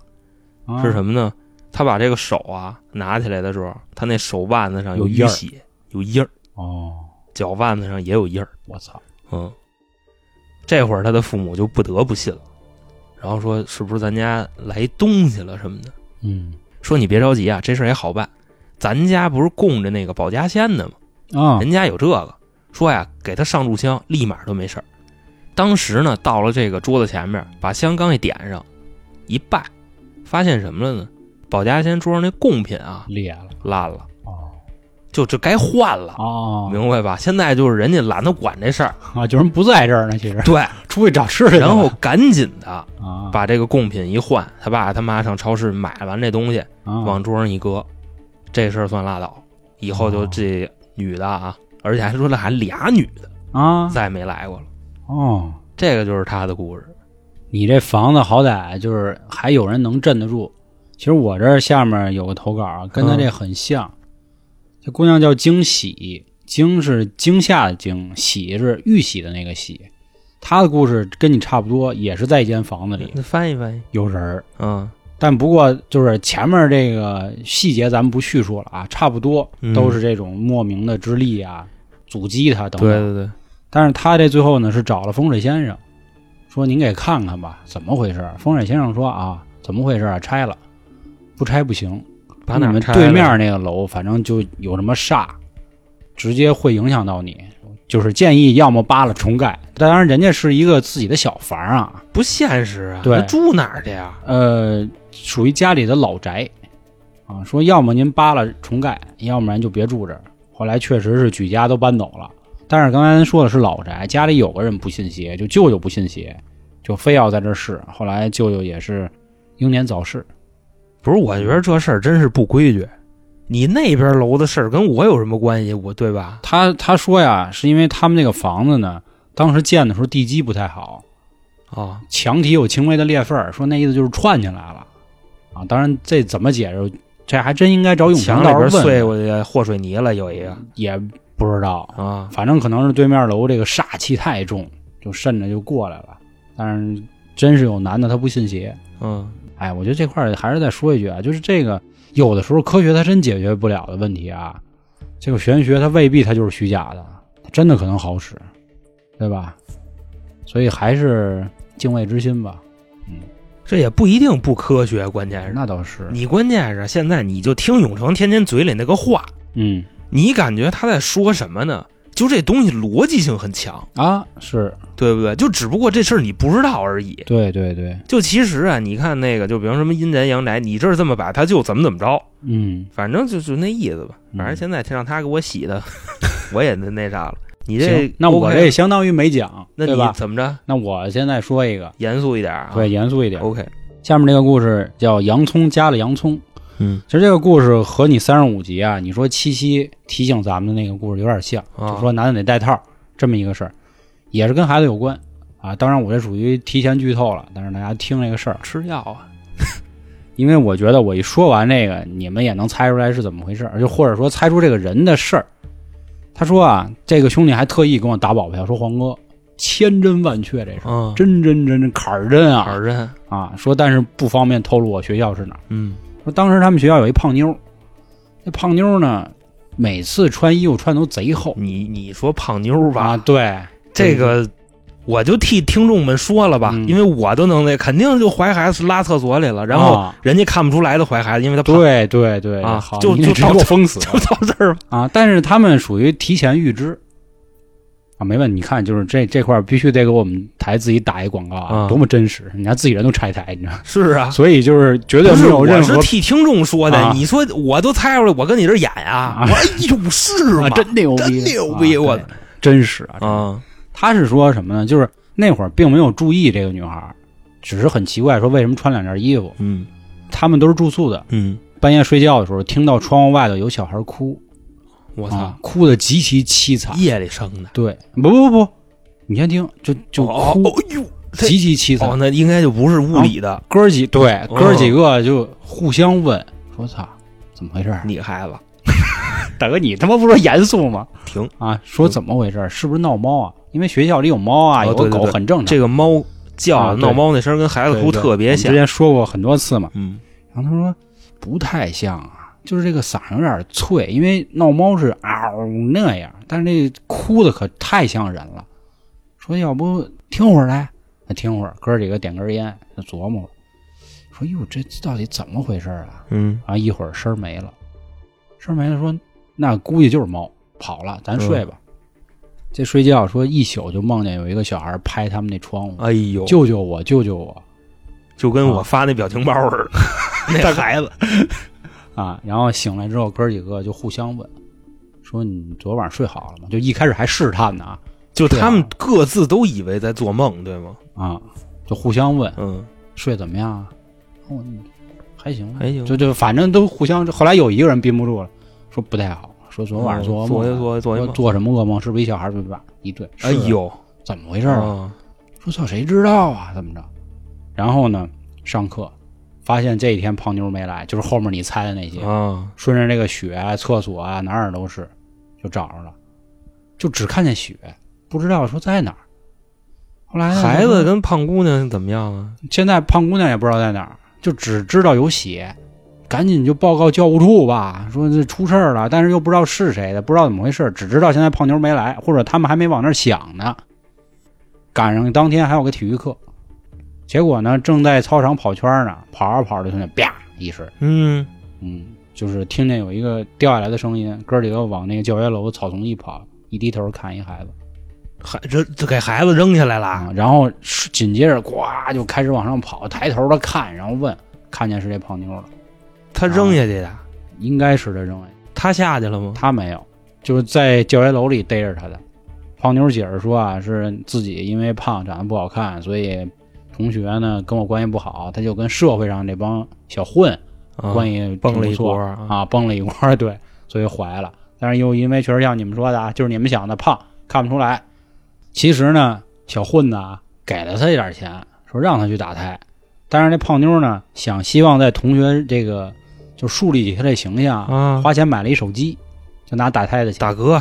S1: 啊
S3: 是什么呢？他把这个手啊拿起来的时候，他那手腕子上
S1: 有印
S3: 淤
S1: 儿
S3: 血，有印儿，
S1: 哦，
S3: 脚腕子上也有印儿。
S1: 我操，
S3: 嗯，这会儿他的父母就不得不信了，然后说是不是咱家来东西了什么的？
S1: 嗯
S3: 说你别着急啊，这事儿也好办，咱家不是供着那个保家仙呢吗？
S1: 啊
S3: 人家有这个，说呀，给他上炷香，立马都没事儿。当时呢，到了这个桌子前面，把香刚一点上，一拜，发现什么了呢？保家仙桌上那贡品啊
S1: 裂了
S3: 烂了，
S1: 哦
S3: 就这该换了，
S1: 哦
S3: 明白吧？现在就是人家懒得管这
S1: [LAUGHS]
S3: 事儿，
S1: 啊，就人不在这儿呢，其实
S3: 对，
S1: 出去找吃去了
S3: 然后赶紧的
S1: 啊
S3: 把这个贡品一换，他爸他妈上超市买完这东西，
S1: 啊
S3: 往桌上一搁，这事儿算拉倒，以后就
S1: 哦
S3: 这女的啊，而且还说了还俩女的，
S1: 啊
S3: 再没来过了。
S1: 哦，
S3: 这个就是他的故事。
S1: 你这房子好歹就是还有人能镇得住。其实我这儿下面有个投稿，跟他这很像。这姑娘叫惊喜，惊是惊吓的惊，喜是玉玺的那个喜。她的故事跟你差不多，也是在一间房子里
S3: 那翻译翻译，
S1: 有人儿，
S3: 嗯，
S1: 但不过就是前面这个细节咱们不叙述了啊，差不多
S3: 嗯
S1: 都是这种莫名的之力啊、阻击他等等。
S3: 对对对，
S1: 但是他这最后呢是找了风水先生，说您给看看吧，怎么回事儿？风水先生说啊，怎么回事啊？拆了，不拆不行。
S3: 把哪
S1: 你
S3: 儿
S1: 们
S3: 拆
S1: 对
S3: 了
S1: 面那个楼，反正就有什么煞，直接会影响到你。就是建议要么扒了重盖，当然人家是一个自己的小房啊，
S3: 不现实啊，
S1: 对
S3: 那住哪儿去啊呀？
S1: 呃，属于家里的老宅啊。说要么您扒了重盖，要不然就别住这儿。后来确实是举家都搬走了，但是刚才咱说的是老宅，家里有个人不信邪，就舅舅不信邪，就非要在这儿试。后来舅舅也是英年早逝，
S3: 不是，我觉得这事儿真是不规矩。你那边楼的事儿跟我有什么关系？我对吧？
S1: 他他说呀，是因为他们那个房子呢，当时建的时候地基不太好，
S3: 啊，
S1: 墙体有轻微的裂缝儿，说那意思就是串起来了啊。当然这怎么解释，这还真应该找永
S3: 哦墙
S1: 强
S3: 里
S1: 到
S3: 边
S1: 时候
S3: 碎
S1: 问，
S3: 过去和水泥了，有一个
S1: 也不知道。
S3: 啊，
S1: 反正可能是对面楼这个煞气太重，就渗着就过来了。但是真是有男的他不信邪，
S3: 嗯，
S1: 哎，我觉得这块儿还是再说一句啊，就是这个有的时候科学它真解决不了的问题啊，这个玄学它未必它就是虚假的，它真的可能好使，对吧？所以还是敬畏之心吧。
S3: 这也不一定不科学，关键哎是
S1: 那倒是，
S3: 你关键是现在你就听永成天天嘴里那个话，
S1: 嗯
S3: 你感觉他在说什么呢？就这东西逻辑性很强，
S1: 啊，是
S3: 对不对？就只不过这事儿你不知道而已。
S1: 对对对，
S3: 就其实啊，你看那个，就比方什么阴宅阳宅，你这儿这么摆，他就怎么怎么着，
S1: 嗯，
S3: 反正就就那意思吧。反正现在让他给我洗的， [LAUGHS] 我也那那啥了。你这
S1: 行，那我
S3: OK 啊
S1: 这相当于没讲，
S3: 那
S1: 对
S3: 你
S1: 吧？
S3: 怎么着？
S1: 那我现在说一个，
S3: 严肃一点啊。
S1: 对，严肃一点。
S3: ，OK，
S1: 下面这个故事叫《洋葱加了洋葱》。
S3: 嗯，
S1: 其实这个故事和你三十五集啊，你说七夕提醒咱们的那个故事有点像，
S3: 啊
S1: 就说男的得戴套这么一个事儿，也是跟孩子有关啊。当然我这属于提前剧透了，但是大家听这个事儿，
S3: 吃药啊，
S1: [LAUGHS] 因为我觉得我一说完这个，你们也能猜出来是怎么回事儿，而且或者说猜出这个人的事儿。他说啊，这个兄弟还特意跟我打保票，说黄哥千真万确这事儿，
S3: 嗯，
S1: 真真真真坎儿真
S3: 哪
S1: 啊
S3: 儿人？
S1: 啊！说但是不方便透露我学校是哪儿。
S3: 嗯
S1: 说当时他们学校有一胖妞儿，那胖妞儿呢，每次穿衣服穿都贼厚
S3: 你你说胖妞吧，
S1: 啊，对，
S3: 这个我就替听众们说了吧，
S1: 嗯
S3: 因为我都能那，肯定就怀孩子拉厕所里了，然后
S1: 啊
S3: 人家看不出来的怀孩子，因为他胖，
S1: 对对对
S3: 啊
S1: 好，
S3: 就
S1: 你得
S3: 就
S1: 直接给
S3: 到
S1: 我封死
S3: 就到这儿吧。
S1: 啊！但是他们属于提前预知啊，没问题。你看，就是这这块儿必须得给我们台自己打一广告啊，
S3: 啊
S1: 多么真实！你看自己人都拆台，你知道吗，
S3: 是啊，
S1: 所以就是绝对
S3: 不
S1: 没
S3: 是，
S1: 有
S3: 我
S1: 任
S3: 是
S1: 何
S3: 替听众说的。
S1: 啊
S3: 你说我都猜出来，我跟你这儿演啊，
S1: 啊
S3: 我说哎呦是吗
S1: 啊，？真牛逼，
S3: 真牛逼
S1: 啊
S3: 我
S1: 对真实啊！真
S3: 啊，
S1: 他是说什么呢？就是那会儿并没有注意这个女孩儿，只是很奇怪，说为什么穿两件衣服。
S3: 嗯
S1: 他们都是住宿的，
S3: 嗯，
S1: 半夜睡觉的时候听到窗户外头有小孩哭，
S3: 我
S1: 我
S3: 操，
S1: 哭的极其凄惨。
S3: 夜里生的，
S1: 对，不不不，你先听，就就
S3: 哦
S1: 哭，啊
S3: 哦哎呦，这
S1: 极其凄惨。
S3: 哦，那应该就不是物理的，
S1: 哥儿几对
S3: 哦
S1: 哥儿几个就互相问，说操，怎么回事儿？
S3: [LAUGHS] 你孩子
S1: 大哥，你他妈不说严肃吗？
S3: 停，
S1: 啊，说怎么回事儿？是不是闹猫啊？因为学校里有猫啊，
S3: 哦
S1: 有个
S3: 对对
S1: 狗
S3: 对
S1: 很正常。
S3: 这个猫
S1: 啊
S3: 叫
S1: 对
S3: 闹猫那声跟孩子
S1: 对
S3: 哭
S1: 对
S3: 特
S1: 我
S3: 别
S1: 们
S3: 像
S1: 之，前说过很多次嘛。
S3: 嗯
S1: 然后他说不太像啊，就是这个嗓儿有点脆，因为闹猫是嗷那样，但是那哭的可太像人了。说要不听会儿来，那听会儿，哥儿几个点根烟，就琢磨会儿，说哟，这到底怎么回事儿啊？
S3: 嗯
S1: 啊，一会儿声儿没了，声儿没了说，那估计就是猫跑了，咱睡吧。这睡觉说一宿就梦见有一个小孩拍他们那窗户，
S3: 哎呦，
S1: 救救我，救救我！
S3: 就跟我发那表情包似的，那孩子，
S1: [LAUGHS] 啊，然后醒来之后，哥儿几个就互相问，说你昨晚上睡好了吗？就一开始还试探呢啊
S3: 就他们各自都以为在做梦，对吗？
S1: 啊，就互相问
S3: 嗯，
S1: 睡怎么样啊？我、嗯还行吧，
S3: 还行
S1: 就就反正都互相。后来有一个人憋不住了，说不太好，说昨晚上
S3: 做
S1: 噩梦了，
S3: 哦做做
S1: 说
S3: 梦，
S1: 做什么噩梦？是不是一小孩儿？对吧？一对，
S3: 哎
S1: 是啊
S3: 呦，
S1: 怎么回事儿啊？
S3: 啊
S1: 说操，谁知道啊？怎么着？然后呢，上课发现这一天胖妞没来，就是后面你猜的那些。
S3: 啊，
S1: 顺着这个雪啊、厕所啊，哪儿都是，就找着了，就只看见雪，不知道说在哪儿。后来呢
S3: 孩子跟胖姑娘怎么样啊？
S1: 现在胖姑娘也不知道在哪儿，就只知道有血，赶紧就报告教务处吧，说这出事儿了，但是又不知道是谁的，不知道怎么回事，只知道现在胖妞没来，或者他们还没往那儿想呢。赶上当天还有个体育课，结果呢，正在操场跑圈呢，跑着跑着就听见啪一声，
S3: 嗯，
S1: 嗯，就是听见有一个掉下来的声音，哥儿几个往那个教学楼草丛一跑，一低头看一孩子
S3: 孩这这给孩子扔下来
S1: 啊
S3: 了，，
S1: 然后是紧接着呱就开始往上跑，抬头的看，然后问，看见是这胖妞了，
S3: 他扔下去
S1: 啊
S3: 的，
S1: 应该是这认为
S3: 他下去了吗？
S1: 他没有，就是在教学楼里逮着他的，泡妞解释说啊，是自己因为胖长得不好看，所以同学呢跟我关系不好，他就跟社会上这帮小混
S3: 啊
S1: 关系挺
S3: 蹦了
S1: 不
S3: 一
S1: 错
S3: 锅啊
S1: 啊，蹦了一锅儿， [LAUGHS] 对，所以怀了。但是又因为确实像你们说的啊，就是你们想的胖看不出来，其实呢，小混子啊给了他一点钱，说让他去打胎。但是那胖妞呢，想希望在同学这个就树立起他这形象，
S3: 啊，
S1: 花钱买了一手机，就拿打胎的钱
S3: 大哥，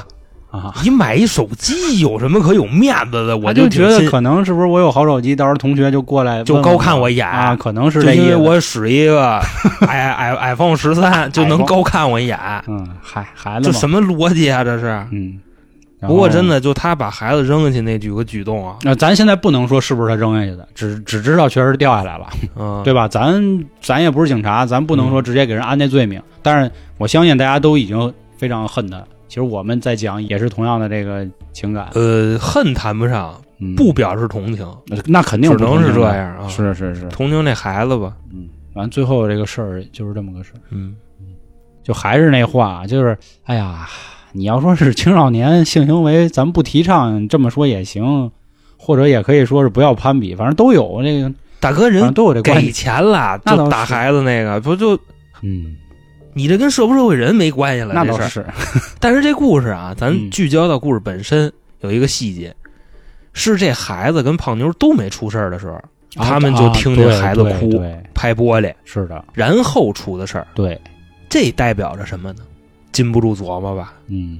S1: 啊。
S3: 你买一手机有什么可有面子 [LAUGHS] 的？我
S1: 他就
S3: 挺
S1: 觉得
S3: 信
S1: 可能是不是我有好手机，到时候同学就过来
S3: 就
S1: 问
S3: 高看我一眼
S1: 啊，可能是
S3: 就
S1: 这
S3: 因
S1: 意
S3: 为
S1: 思。
S3: 我使一个 i i iPhone 十
S1: [LAUGHS]
S3: 三就能
S1: iPhone
S3: 高看我一眼，
S1: 嗯，孩孩子
S3: 这
S1: 嘛，
S3: 什么逻辑啊？这是。
S1: 嗯。然
S3: 不过
S1: 后
S3: 真的，就他把孩子扔下去那几个举
S1: [LAUGHS]
S3: 动啊，
S1: 那、咱现在不能说是不是他扔下去的，只只知道确实掉下来了，
S3: 嗯，
S1: 对吧？咱咱也不是警察，咱不能说直接给人安那罪名。但是我相信大家都已经非常恨他。其实我们在讲也是同样的这个情感，
S3: 呃，恨谈不上，
S1: 嗯、
S3: 不，表示同情，
S1: 那肯定
S3: 只
S1: 不
S3: 能是
S1: 同情
S3: 这
S1: 的。
S3: 样啊，
S1: 是是是，
S3: 同情这孩子吧，
S1: 嗯，完最后这个事儿就是这么个事儿，
S3: 嗯，
S1: 就还是那话，就是哎呀，你要说是青少年性行为，咱们不提倡，这么说也行，或者也可以说是不要攀比，反正都有这个，
S3: 大哥
S1: 反
S3: 人
S1: 正都有这啊关
S3: 给
S1: 系，
S3: 钱了
S1: 那倒
S3: 就打
S1: 是
S3: 孩子那个，不就
S1: 嗯，
S3: 你这跟社不社会人没关系了，
S1: 那
S3: 这
S1: 倒
S3: 事儿。
S1: 是，
S3: 但是这故事啊，咱
S1: 嗯
S3: 聚焦到故事本身有一个细节，是这孩子跟胖妞都没出事儿的时候，他们就听见
S1: 啊对
S3: 孩子
S1: 对
S3: 哭
S1: 对，
S3: 拍玻璃，
S1: 是的，
S3: 然后出的事儿，
S1: 对，
S3: 这代表着什么呢？禁不住琢磨吧，
S1: 嗯，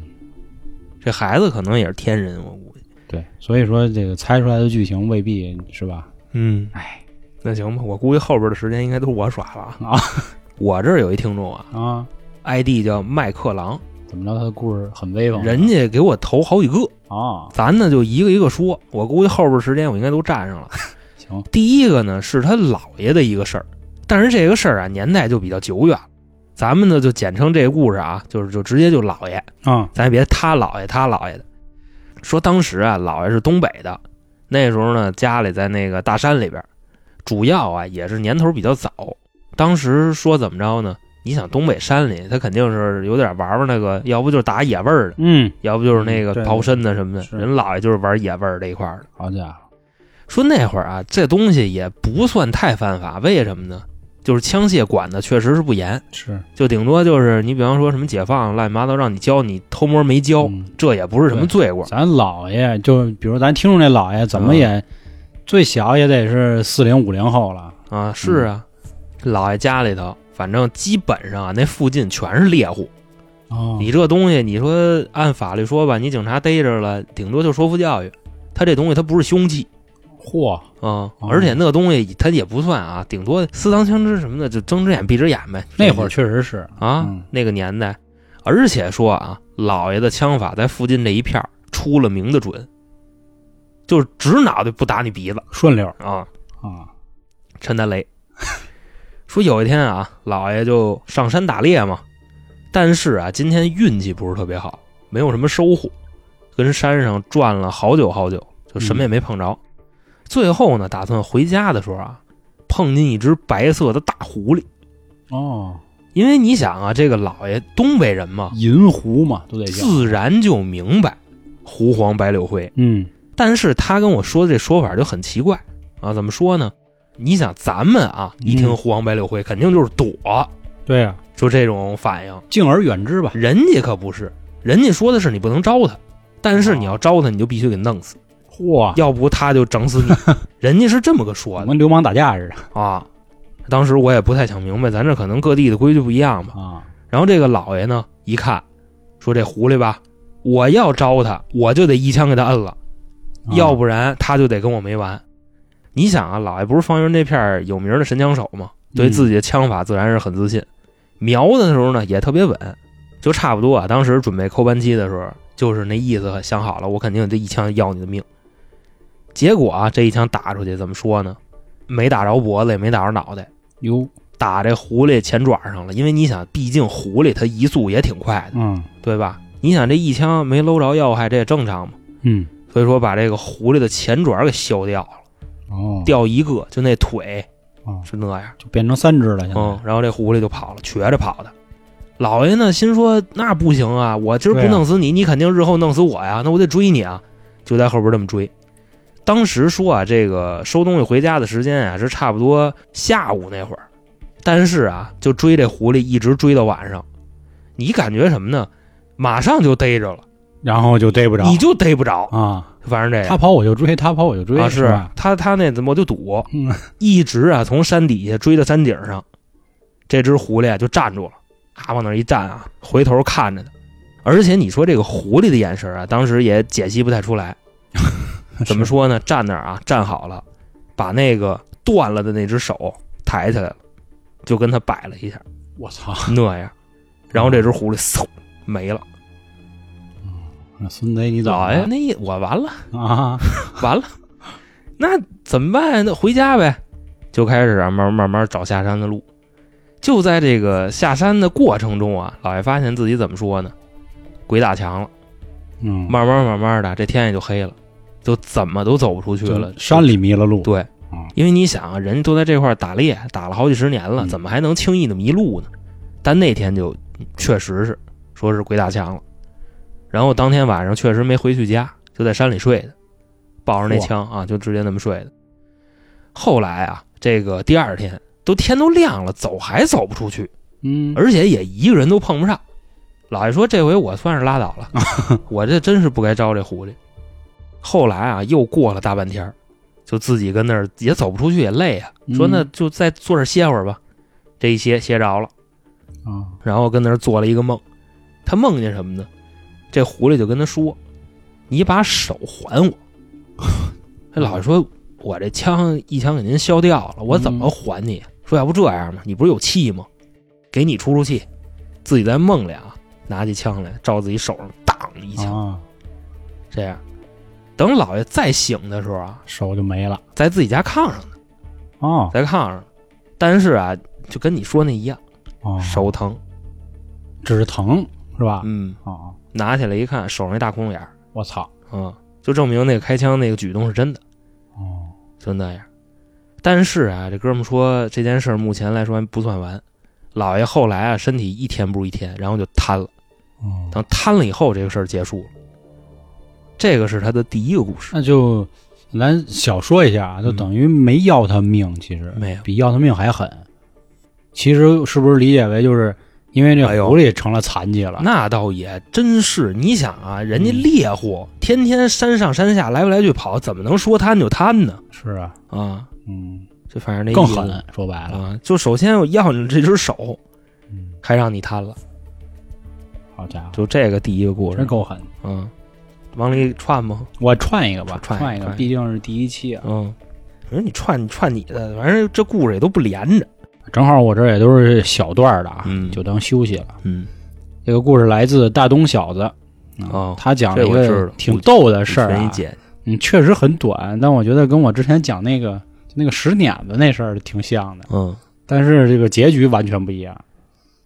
S3: 这孩子可能也是天人，我估计。
S1: 对，所以说这个猜出来的剧情未必是吧？
S3: 嗯，
S1: 哎，
S3: 那行吧，我估计后边的时间应该都是我耍了啊。
S1: 啊
S3: [LAUGHS] 我这儿有一听众啊
S1: 啊，
S3: ，ID 叫麦克狼，
S1: 怎么着，他的故事很威风，
S3: 人家给我投好几个，
S1: 啊，
S3: 咱呢就一个一个说。我估计后边时间我应该都占上了。
S1: 行，
S3: 第一个呢是他姥爷的一个事儿，但是这个事儿啊年代就比较久远了，咱们呢就简称这个故事啊，就是就直接就姥爷，
S1: 啊，
S3: 咱也别他姥爷他姥爷的。说当时啊，姥爷是东北的，那时候呢家里在那个大山里边，主要啊也是年头比较早。当时说怎么着呢？你想东北山里，他肯定是有点玩玩那个，要不就是打野味儿的，
S1: 嗯，
S3: 要不就是那
S1: 嗯对
S3: 个刨参的什么的。
S1: 是
S3: 人姥爷就是玩野味儿这一块儿的。
S1: 好家伙，
S3: 说那会儿啊，这东西也不算太犯法，为什么呢？就是枪械管的确实是不严，
S1: 是
S3: 就顶多就是你比方说什么解放乱七八糟让你教你偷摸没教，
S1: 嗯
S3: 这也不是啊什么罪过。
S1: 咱姥爷就比如咱听众这姥爷，怎么也、最小也得是四零五零后了，
S3: 啊，是啊，老爷家里头，反正基本上啊，那附近全是猎户。
S1: 哦
S3: 你这东西，你说按法律说吧，你警察逮着了，顶多就说服教育。他这东西它不是凶器
S1: 嚯，
S3: 啊、
S1: 哦
S3: 而且那东西它也不算啊，顶多私藏枪支什么的，就睁只眼闭只眼呗。
S1: 那会儿确实是，
S3: 啊
S1: 嗯，
S3: 那个年代，而且说啊，老爷的枪法在附近这一片儿出了名的准，就是指脑袋不打你鼻子
S1: 顺溜
S3: 啊。
S1: 啊，
S3: 陈丹雷说有一天啊，老爷就上山打猎嘛，但是啊，今天运气不是特别好，没有什么收获，跟山上转了好久好久，就什么也没碰着。最后呢，打算回家的时候啊，碰见一只白色的大狐狸。
S1: 哦，
S3: 因为你想啊，这个老爷东北人嘛，
S1: 银狐嘛，都得叫，
S3: 自然就明白狐黄白柳灰，
S1: 嗯
S3: 但是他跟我说的这说法就很奇怪啊，怎么说呢？你想咱们啊，
S1: 嗯
S3: 一听狐黄白柳灰，肯定就是躲，
S1: 对呀、啊，
S3: 就这种反应。
S1: 敬而远之吧，
S3: 人家可不是，人家说的是你不能招他，但是你要招他，你就必须给弄死，
S1: 嚯，
S3: 要不他就整死你。人家是这么个说
S1: 我
S3: 的
S1: 跟流氓打架似的
S3: 啊。当时我也不太想明白，咱这可能各地的规矩不一样吧。
S1: 啊，
S3: 然后这个老爷呢，一看，说这狐狸吧，我要招他，我就得一枪给他摁了。
S1: 啊
S3: 要不然他就得跟我没完。你想啊，老爷不是方圆这片儿有名的神枪手吗？对自己的枪法自然是很自信，瞄的时候呢也特别稳，就差不多啊。当时准备扣扳机的时候，就是那意思，想好了，我肯定这一枪要你的命。结果啊，这一枪打出去，怎么说呢？没打着脖子，也没打着脑袋，
S1: 哟，
S3: 打这狐狸前爪上了。因为你想，毕竟狐狸它移速也挺快的，
S1: 嗯
S3: 对吧？你想这一枪没搂着要害，这也正常嘛。
S1: 嗯，
S3: 所以说把这个狐狸的前爪给削掉了，
S1: 哦，
S3: 掉一个，就那腿
S1: 哦
S3: 是那样，
S1: 就变成三只了，现在、
S3: 嗯，然后这狐狸就跑了，瘸着跑的。老爷呢，心说那不行啊，我今儿不
S1: 对啊
S3: 弄死你，你肯定日后弄死我呀，那我得追你啊。就在后边这么追。当时说啊，这个收东西回家的时间啊是差不多下午那会儿，但是啊，就追这狐狸一直追到晚上，你感觉什么呢？马上就逮着了，
S1: 然后就逮不着
S3: 你就逮不着，
S1: 啊，
S3: 反正这样。
S1: 他跑我就追，他跑我就追，
S3: 啊，
S1: 是
S3: 是
S1: 吧？
S3: 他他那怎么我就躲，
S1: 嗯
S3: 一直啊从山底下追到山顶上，这只狐狸啊就站住了，啊往那儿一站啊，回头看着他，而且你说这个狐狸的眼神啊，当时也解析不太出来， [LAUGHS] 怎么说呢？站那儿啊站好了，把那个断了的那只手抬起来了，就跟他摆了一下
S1: 我操，
S3: 那样，然后这只狐狸嗖没了，
S1: 孙贼你怎么
S3: 老爷
S1: 了
S3: 那一我完了。
S1: 啊？ [LAUGHS]
S3: 完了，那怎么办呀？那回家呗，就开始啊，慢慢慢找下山的路。就在这个下山的过程中啊，老爷发现自己怎么说呢？鬼打墙了，
S1: 嗯，
S3: 慢慢慢慢的，这天也就黑了，就怎么都走不出去了。
S1: 就山里迷了路，
S3: 对
S1: 嗯，
S3: 因为你想啊，人都在这块儿打猎，打了好几十年了，
S1: 嗯
S3: 怎么还能轻易的迷路呢？但那天就确实是说是鬼打墙了，然后当天晚上确实没回去家，就在山里睡的，抱着那
S1: 哇
S3: 枪啊，就直接那么睡的。后来啊，这个第二天都天都亮了，走还走不出去，
S1: 嗯，
S3: 而且也一个人都碰不上。老爷说：“这回我算是拉倒了，我这真是不该招这狐狸。”后来啊，又过了大半天儿，就自己跟那儿也走不出去，也累啊。说
S1: 嗯
S3: 那就再坐这儿歇会儿吧。这一歇歇着了，
S1: 啊，
S3: 然后跟那儿做了一个梦。他梦见什么呢？这狐狸就跟他说：“你把手还我。” [LAUGHS] 这老爷说：“我这枪一枪给您消掉了，我怎么还你？”说：“要不这样吧，你不是有气吗？给你出出气。”自己在梦里啊，拿起枪来照自己手上，当一枪，
S1: 啊，
S3: 这样。等老爷再醒的时候啊，
S1: 手就没了
S3: 在自己家炕
S1: 啊
S3: 上呢，
S1: 哦
S3: 在炕上。但是啊，就跟你说那一样，
S1: 哦，
S3: 手疼。
S1: 只是疼是吧？
S3: 嗯，
S1: 啊，
S3: 拿起来一看，手上一大窟窿眼儿，
S1: 我操，
S3: 嗯，就证明那个开枪那个举动是真的，
S1: 哦，
S3: 就那样。但是啊，这哥们说这件事儿目前来说还不算完。老爷后来啊，身体一天不如一天，然后就瘫了。
S1: 哦
S3: 等瘫了以后，这个事儿结束了。这个是他的第一个故事，
S1: 那就咱小说一下啊，就等于没要他命，其实
S3: 没有
S1: 比要他命还狠。其实是不是理解为就是因为这
S3: 哎呦
S1: 狐狸成了残疾了？
S3: 那倒也真是。你想啊，人家猎户天天山上山下来回来去跑，怎么能说瘫就瘫呢？
S1: 是啊，
S3: 啊，
S1: 嗯，
S3: 这反正那
S1: 更
S3: 意思
S1: 狠，说白了，
S3: 啊！就首先我要你这只手，
S1: 嗯，
S3: 还让你瘫了，
S1: 好家伙，
S3: 就这个第一个故事
S1: 真。够狠。
S3: 嗯，往里串吗？
S1: 我串一个吧，
S3: 串
S1: 一个，
S3: 串一个
S1: 毕竟是第一期啊。
S3: 嗯，我说你串你串你的，反正这故事也都不连着。
S1: 正好我这儿也都是小段儿的啊，
S3: 嗯
S1: 就当休息了。
S3: 嗯，
S1: 这个故事来自大东小子，嗯
S3: 哦
S1: 他讲了一
S3: 这我知
S1: 个
S3: 道
S1: 挺逗的事儿
S3: 一
S1: 啊，
S3: 姐，
S1: 嗯，确实很短，但我觉得跟我之前讲那个那个石碾子那事儿挺像的，
S3: 嗯
S1: 但是这个结局完全不一样。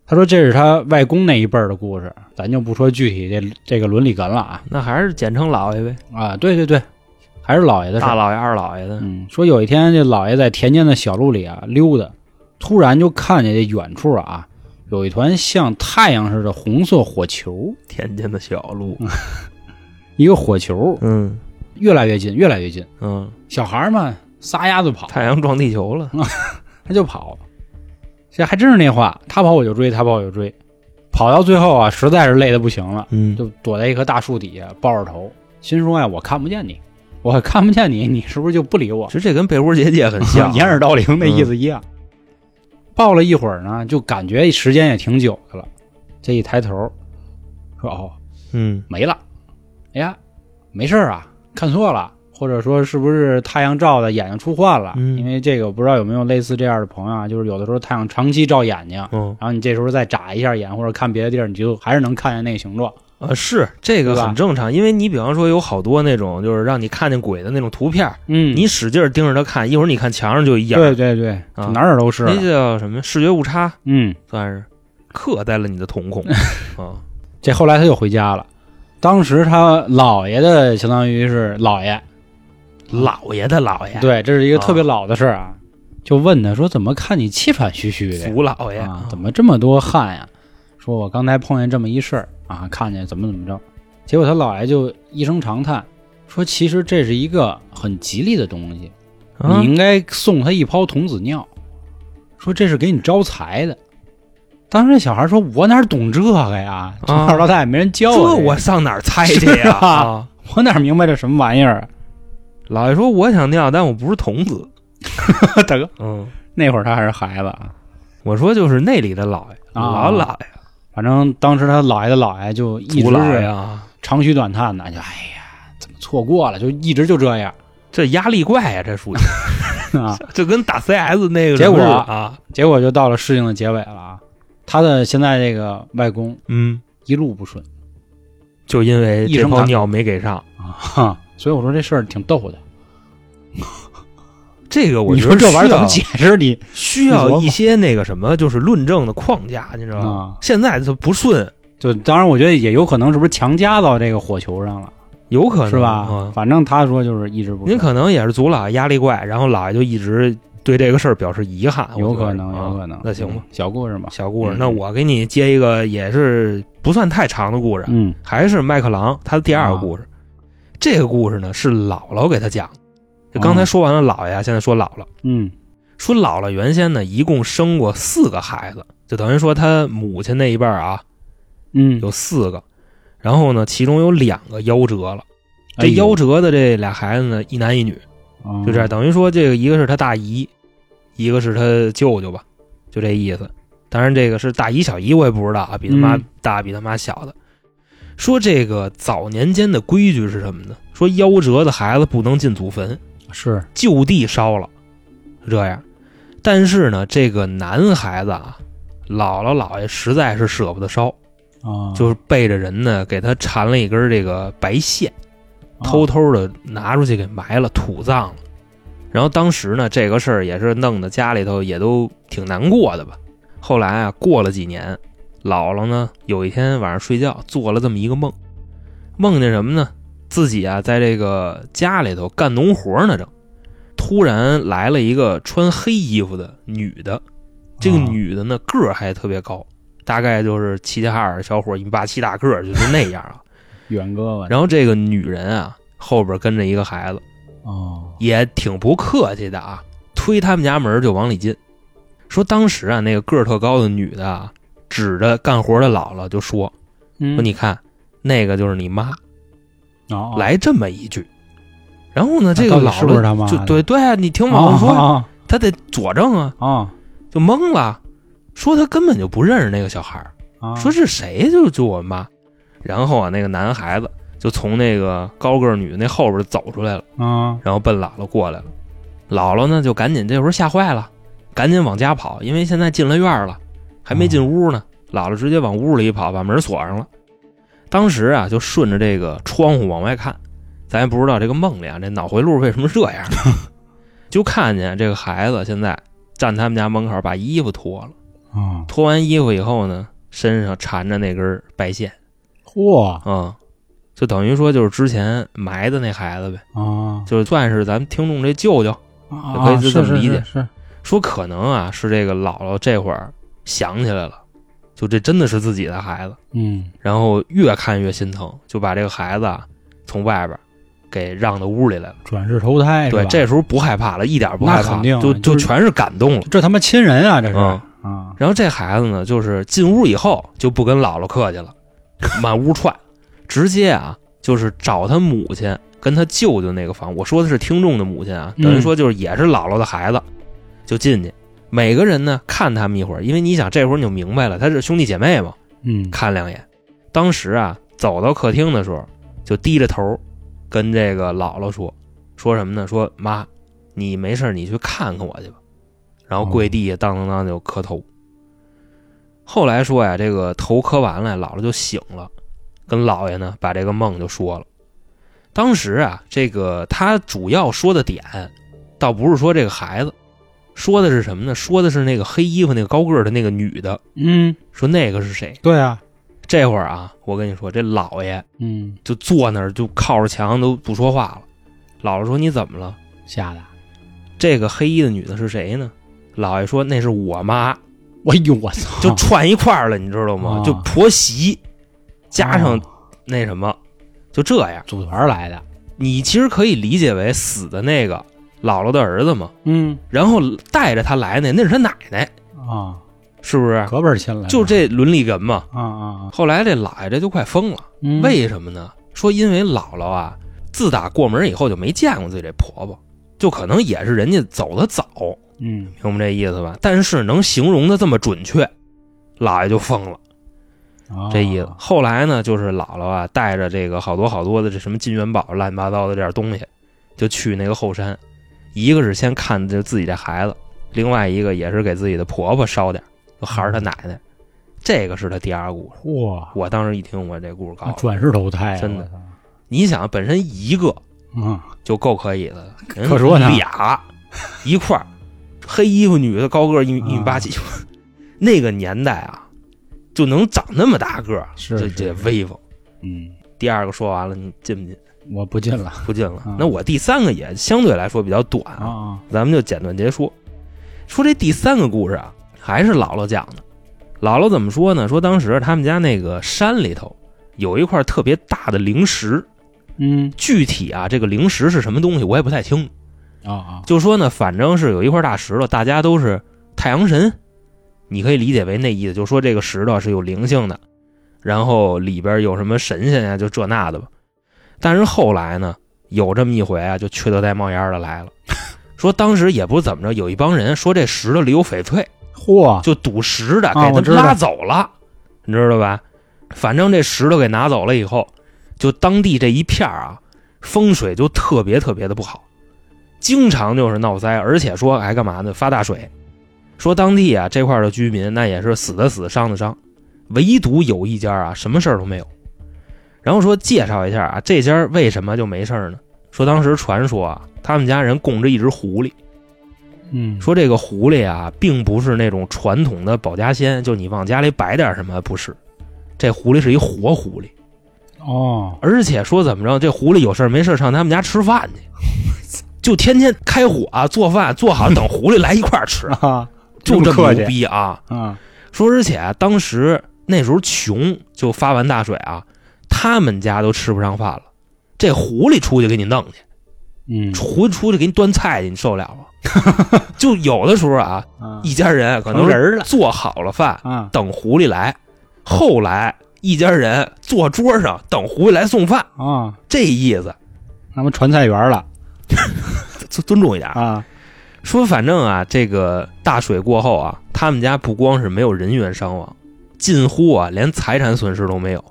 S1: 他说这是他外公那一辈儿的故事，咱就不说具体这这个伦理哏了啊
S3: 那还是简称老爷呗，
S1: 啊，对对对，还是老爷的事
S3: 大
S1: 儿。
S3: 老爷、二老爷的。
S1: 嗯，说有一天这老爷在田间的小路里啊溜达，突然就看见这远处啊有一团像太阳似的红色火球，
S3: 田间的小路，
S1: 一个火球
S3: 嗯
S1: 越来越近，越来越近。
S3: 嗯，
S1: 小孩儿嘛，撒丫子跑，
S3: 太阳撞地球了。
S1: 他就跑。这还真是那话，他跑我就追，他跑我就追，跑到最后啊，实在是累得不行了，
S3: 嗯
S1: 就躲在一棵大树底下抱着头，心说呀、我看不见你，我看不见你，你是不是就不理我？
S3: 其实这跟被窝结界很
S1: [LAUGHS]
S3: 像。
S1: 掩耳盗铃那意思一样。抱了一会儿呢，就感觉时间也挺久的了。这一抬头，说哦
S3: 嗯
S1: 没了，哎呀，没事儿啊，看错了，或者说是不是太阳照的眼睛出幻了？
S3: 嗯
S1: 因为这个我不知道有没有类似这样的朋友啊，就是有的时候太阳长期照眼睛，
S3: 嗯
S1: 然后你这时候再眨一下眼或者看别的地儿，你就还是能看见那个形状。
S3: 啊，是这个
S1: 对吧
S3: 很正常，因为你比方说有好多那种就是让你看见鬼的那种图片，
S1: 嗯
S3: 你使劲儿盯着它看，一会儿你看墙上就一样，
S1: 对对对，
S3: 啊
S1: 就哪儿都是。
S3: 那叫什么视觉误差，
S1: 嗯，
S3: 算是刻在了你的瞳 [LAUGHS] 孔啊。
S1: 这后来他就回家了。当时他姥爷的相当于是姥爷，
S3: 老爷的老爷，，
S1: 对，这是一个
S3: 啊
S1: 特别老的事儿哎啊。就问他说：“怎么看你气喘吁吁的
S3: 福老爷
S1: 呀？啊，怎么这么多汗呀？”说：“我刚才碰见这么一事儿啊，看见怎么怎么着。”结果他姥爷就一声长叹，说其实这是一个很吉利的东西，
S3: 啊
S1: 你应该送他一泡童子尿，说这是给你招财的。当时那小孩说：“我哪懂这个呀？从小到大也没人教
S3: 啊这
S1: 我这个
S3: 我上哪儿猜去呀？
S1: 是吧
S3: 啊
S1: 我哪明白这什么玩意儿
S3: 老爷说我想尿，但我不是童子。 [LAUGHS]
S1: 啊，大哥？
S3: 嗯，
S1: 那会儿他还是孩子啊，
S3: 我说就是那里的老爷，
S1: 啊
S3: 老老爷，
S1: 反正当时他姥爷的姥爷就一
S3: 祖
S1: 直
S3: 老爷
S1: 是
S3: 啊，
S1: 长吁短叹的，就哎呀，怎么错过了？就一直就这样
S3: 这压力怪呀、这 [LAUGHS] 属于
S1: 啊。 [LAUGHS]
S3: 就跟打 CS 那个
S1: 结果
S3: 什么啊，
S1: 结果就到了事情的结尾了啊，他的现在这个外公
S3: 嗯，
S1: 一路不顺
S3: 就因为
S1: 一
S3: 这
S1: 声
S3: 泡
S1: 叹
S3: 尿没给上，
S1: 啊，哈所以我说这事儿挺逗的。
S3: 这个我
S1: 你
S3: 觉
S1: 说
S3: 得啊
S1: 这玩意儿
S3: 需
S1: 怎么
S3: 要
S1: 解释你？
S3: 需
S1: 你琢
S3: 要
S1: 磨
S3: 一些那个什么，就是论证的框架，你知道吗？
S1: 啊
S3: 现在它不顺，
S1: 就当然，我觉得也有可能是不是强加到这个火球上了，
S3: 有可能
S1: 是吧
S3: 嗯？
S1: 反正他说就是一直不顺，
S3: 您可能也是祖姥爷压力怪，然后姥爷就一直对这个事儿表示遗憾，
S1: 有
S3: 我觉得
S1: 可能，有可
S3: 啊
S1: 能。
S3: 那行吧，
S1: 嗯，小故事嘛，
S3: 小故事，
S1: 嗯
S3: 那我给你接一个也是不算太长的故事，
S1: 嗯
S3: 还是麦克朗他的第二个故事。这个故事呢是姥姥给他讲的，就刚才说完了姥爷啊，现在说姥姥，
S1: 嗯
S3: 说姥姥原先呢一共生过四个孩子，就等于说他母亲那一辈儿啊
S1: 嗯，
S3: 有四个，然后呢其中有两个夭折了，这
S1: 哎呦哦
S3: 夭折的这俩孩子呢一男一女，就这样，等于说这个一个是他大姨，一个是他舅舅吧，就这意思。当然，这个是大姨小姨，我也不知道啊，比他妈
S1: 嗯
S3: 大，比他妈小的。说这个早年间的规矩是什么呢？说夭折的孩子不能进祖坟，
S1: 嗯是
S3: 就地烧了，是这样。但是呢，这个男孩子啊，姥姥姥爷实在是舍不得烧，
S1: 啊，
S3: 就是背着人呢，给他缠了一根这个白线。
S1: 啊
S3: 偷偷的拿出去给埋了，土葬了。然后当时呢，这个事儿也是弄得家里头也都挺难过的吧。后来啊，过了几年，姥姥呢有一天晚上睡觉做了这么一个梦，梦见什么呢？自己啊在这个家里头干农活呢，正突然来了一个穿黑衣服的女的。这个
S1: 啊
S3: 女的呢个儿还特别高，大概就是齐齐哈尔小伙儿一米八七大个儿，就是那样啊。
S1: 远哥吧，
S3: 然后这个女人啊，后边跟着一个孩子，
S1: 哦，
S3: 也挺不客气的啊，推他们家门就往里进。说当时啊，那个个儿特高的女的啊，指着干活的姥姥就说：“说
S1: 嗯，
S3: 你看，那个就是你妈。
S1: 哦”
S3: 来这么一句。然后呢，
S1: 那
S3: 这个
S1: 到底
S3: 姥
S1: 是不是他
S3: 姥
S1: 妈
S3: 就
S1: 的
S3: 对对啊，你听
S1: 哦
S3: 我说，
S1: 哦
S3: 她得佐证啊，
S1: 哦
S3: 就懵了，说她根本就不认识那个小孩儿。
S1: 哦，
S3: 说是谁就就我妈。然后啊，那个男孩子就从那个高个儿女那后边走出来了，
S1: 啊
S3: 然后奔姥姥过来了。姥姥呢就赶紧这会儿吓坏了，赶紧往家跑，因为现在进了院儿了，还没进屋呢。姥姥直接往屋里一跑，把门锁上了。当时啊，就顺着这个窗户往外看，咱也不知道这个梦里啊，这脑回路为什么这样，就看见这个孩子现在站他们家门口，把衣服脱了。
S1: 啊，
S3: 脱完衣服以后呢，身上缠着那根白线
S1: 嚯
S3: 啊、嗯就等于说就是之前埋的那孩子呗，
S1: 啊，
S3: 就算是咱们听众这舅舅，
S1: 啊
S3: 可以就是这么
S1: 是
S3: 理解
S1: 是是
S3: 说可能啊是这个姥姥这会儿想起来了，就这真的是自己的孩子，
S1: 嗯
S3: 然后越看越心疼，就把这个孩子啊从外边给让到屋里来了。
S1: 转世投哎胎是吧
S3: 对，这时候不害怕了，一点不害
S1: 那
S3: 怕，
S1: 肯定啊
S3: 就就
S1: 就是
S3: 全是感动了。
S1: 这他妈亲人啊，这是
S3: 嗯
S1: 啊，
S3: 然后这孩子呢，就是进屋以后就不跟姥姥客气
S1: [LAUGHS]
S3: 了，满屋窜，直接啊，就是找他母亲跟他舅舅那个房。我说的是听众的母亲啊，
S1: 嗯
S3: 等于说就是也是姥姥的孩子，就进去。每个人呢看他们一会儿，因为你想这会儿你就明白了，他是兄弟姐妹嘛，
S1: 嗯
S3: 看两眼。当时啊，走到客厅的时候，就低着头跟这个姥姥说，说什么呢？说妈，你没事儿你去看看我去吧。然后跪地下当当当就磕头。后来说呀，这个头磕完了，姥姥就醒了，跟姥爷呢把这个梦就说了。当时啊，这个他主要说的点，倒不是说这个孩子，说的是什么呢？说的是那个黑衣服那个高个儿的那个女的，
S1: 嗯，
S3: 说那个是谁？
S1: 对啊，
S3: 这会儿啊，我跟你说，这姥爷
S1: 嗯，
S3: 就坐那儿就靠着墙都不说话了。姥姥说：“你怎么了
S1: 吓的，？”
S3: 这个黑衣的女的是谁呢？姥爷说：“那是我妈。
S1: 哎呦我操，”
S3: 就串一块儿了，你知道吗？
S1: 啊
S3: 就婆媳加上
S1: 啊
S3: 那什么，就这样。
S1: 组团来的，
S3: 你其实可以理解为死的那个姥姥的儿子嘛，
S1: 嗯
S3: 然后带着他来那那是他奶奶，
S1: 啊，
S3: 是不是？
S1: 可本儿亲了，
S3: 就这伦理哏嘛。
S1: 啊啊，啊
S3: 后来这姥爷这就快疯了，
S1: 嗯
S3: 为什么呢？说因为姥姥啊，自打过门以后就没见过自己这婆婆，就可能也是人家走的早，
S1: 嗯
S3: 明白这意思吧？但是能形容的这么准确，姥爷就疯了。
S1: 啊
S3: 这意思。后来呢，就是姥姥啊，带着这个好多好多的这什么金元宝乱七八糟的这点东西，就去那个后山。一个是先看这自己这孩子，另外一个也是给自己的婆婆烧点儿，就孩儿他奶奶。这个是他第二故事。
S1: 哇，
S3: 我当时一听，我这故事高
S1: 那
S3: 了，
S1: 转世投胎啊，
S3: 真的
S1: 我操，
S3: 你想本身一个
S1: 嗯，
S3: 就够可以的，人
S1: 可说呢
S3: 俩一块儿，黑衣服女的高个儿一米一米八
S1: 啊
S3: 几， [LAUGHS] 那个年代啊，就能长那么大个儿，
S1: 是
S3: 这
S1: 是
S3: 这
S1: 是
S3: 威风。
S1: 嗯，
S3: 第二个说完了，你进不进？
S1: 我不进了
S3: 不进了
S1: 嗯。
S3: 那我第三个也相对来说比较短
S1: 啊，啊，
S3: 咱们就简短截说。说这第三个故事啊，还是姥姥讲的。姥姥怎么说呢？说当时他们家那个山里头有一块特别大的灵石，
S1: 嗯
S3: 具体啊这个灵石是什么东西我也不太清。
S1: 啊啊，
S3: 就说呢，反正是有一块大石头，大家都是太阳神，你可以理解为那意思，就说这个石头是有灵性的，然后里边有什么神仙呀、就这那的吧。但是后来呢，有这么一回啊，就缺德带冒烟的来了，说当时也不是怎么着，有一帮人说这石头里有翡翠，
S1: 嚯，
S3: 就赌石的，
S1: 啊
S3: 给他
S1: 我知
S3: 们
S1: 道
S3: 拉走了，你知道吧？反正这石头给拿走了以后，就当地这一片儿啊，风水就特别特别的不好，经常就是闹灾，而且说还干嘛呢？发大水。说当地啊这块儿的居民那也是死的死，伤的伤，唯独有一家啊什么事儿都没有。然后说介绍一下啊，这家为什么就没事儿呢？说当时传说啊，他们家人供着一只狐狸。
S1: 嗯，
S3: 说这个狐狸啊，并不是那种传统的保家仙，就你往家里摆点什么，不是。这狐狸是一活狐狸，
S1: 哦，
S3: 而且说怎么着，这狐狸有事儿没事儿上他们家吃饭去，就天天开火、啊、做饭，做好等狐狸来一块儿
S1: [LAUGHS]
S3: 吃，
S1: 啊，
S3: [LAUGHS] 就这么
S1: 客
S3: 牛
S1: 气
S3: 逼啊！
S1: 啊，
S3: 说而且啊当时那时候穷，就发完大水啊，他们家都吃不上饭了，这狐狸出去给你弄去。
S1: 嗯，
S3: 狐狸出去给你端菜去，你受得了吗？ [LAUGHS] 就有的时候啊，
S1: 啊
S3: 一家人可能
S1: 成人儿了
S3: 做好了饭，
S1: 啊，
S3: 等狐狸来。后来一家人坐桌上等狐狸来送饭，
S1: 啊，
S3: 这意思
S1: 那么传菜园了
S3: 尊尊重一点。
S1: 啊，
S3: 说反正啊，这个大水过后啊，他们家不光是没有人员伤亡，近乎啊连财产损失都没有。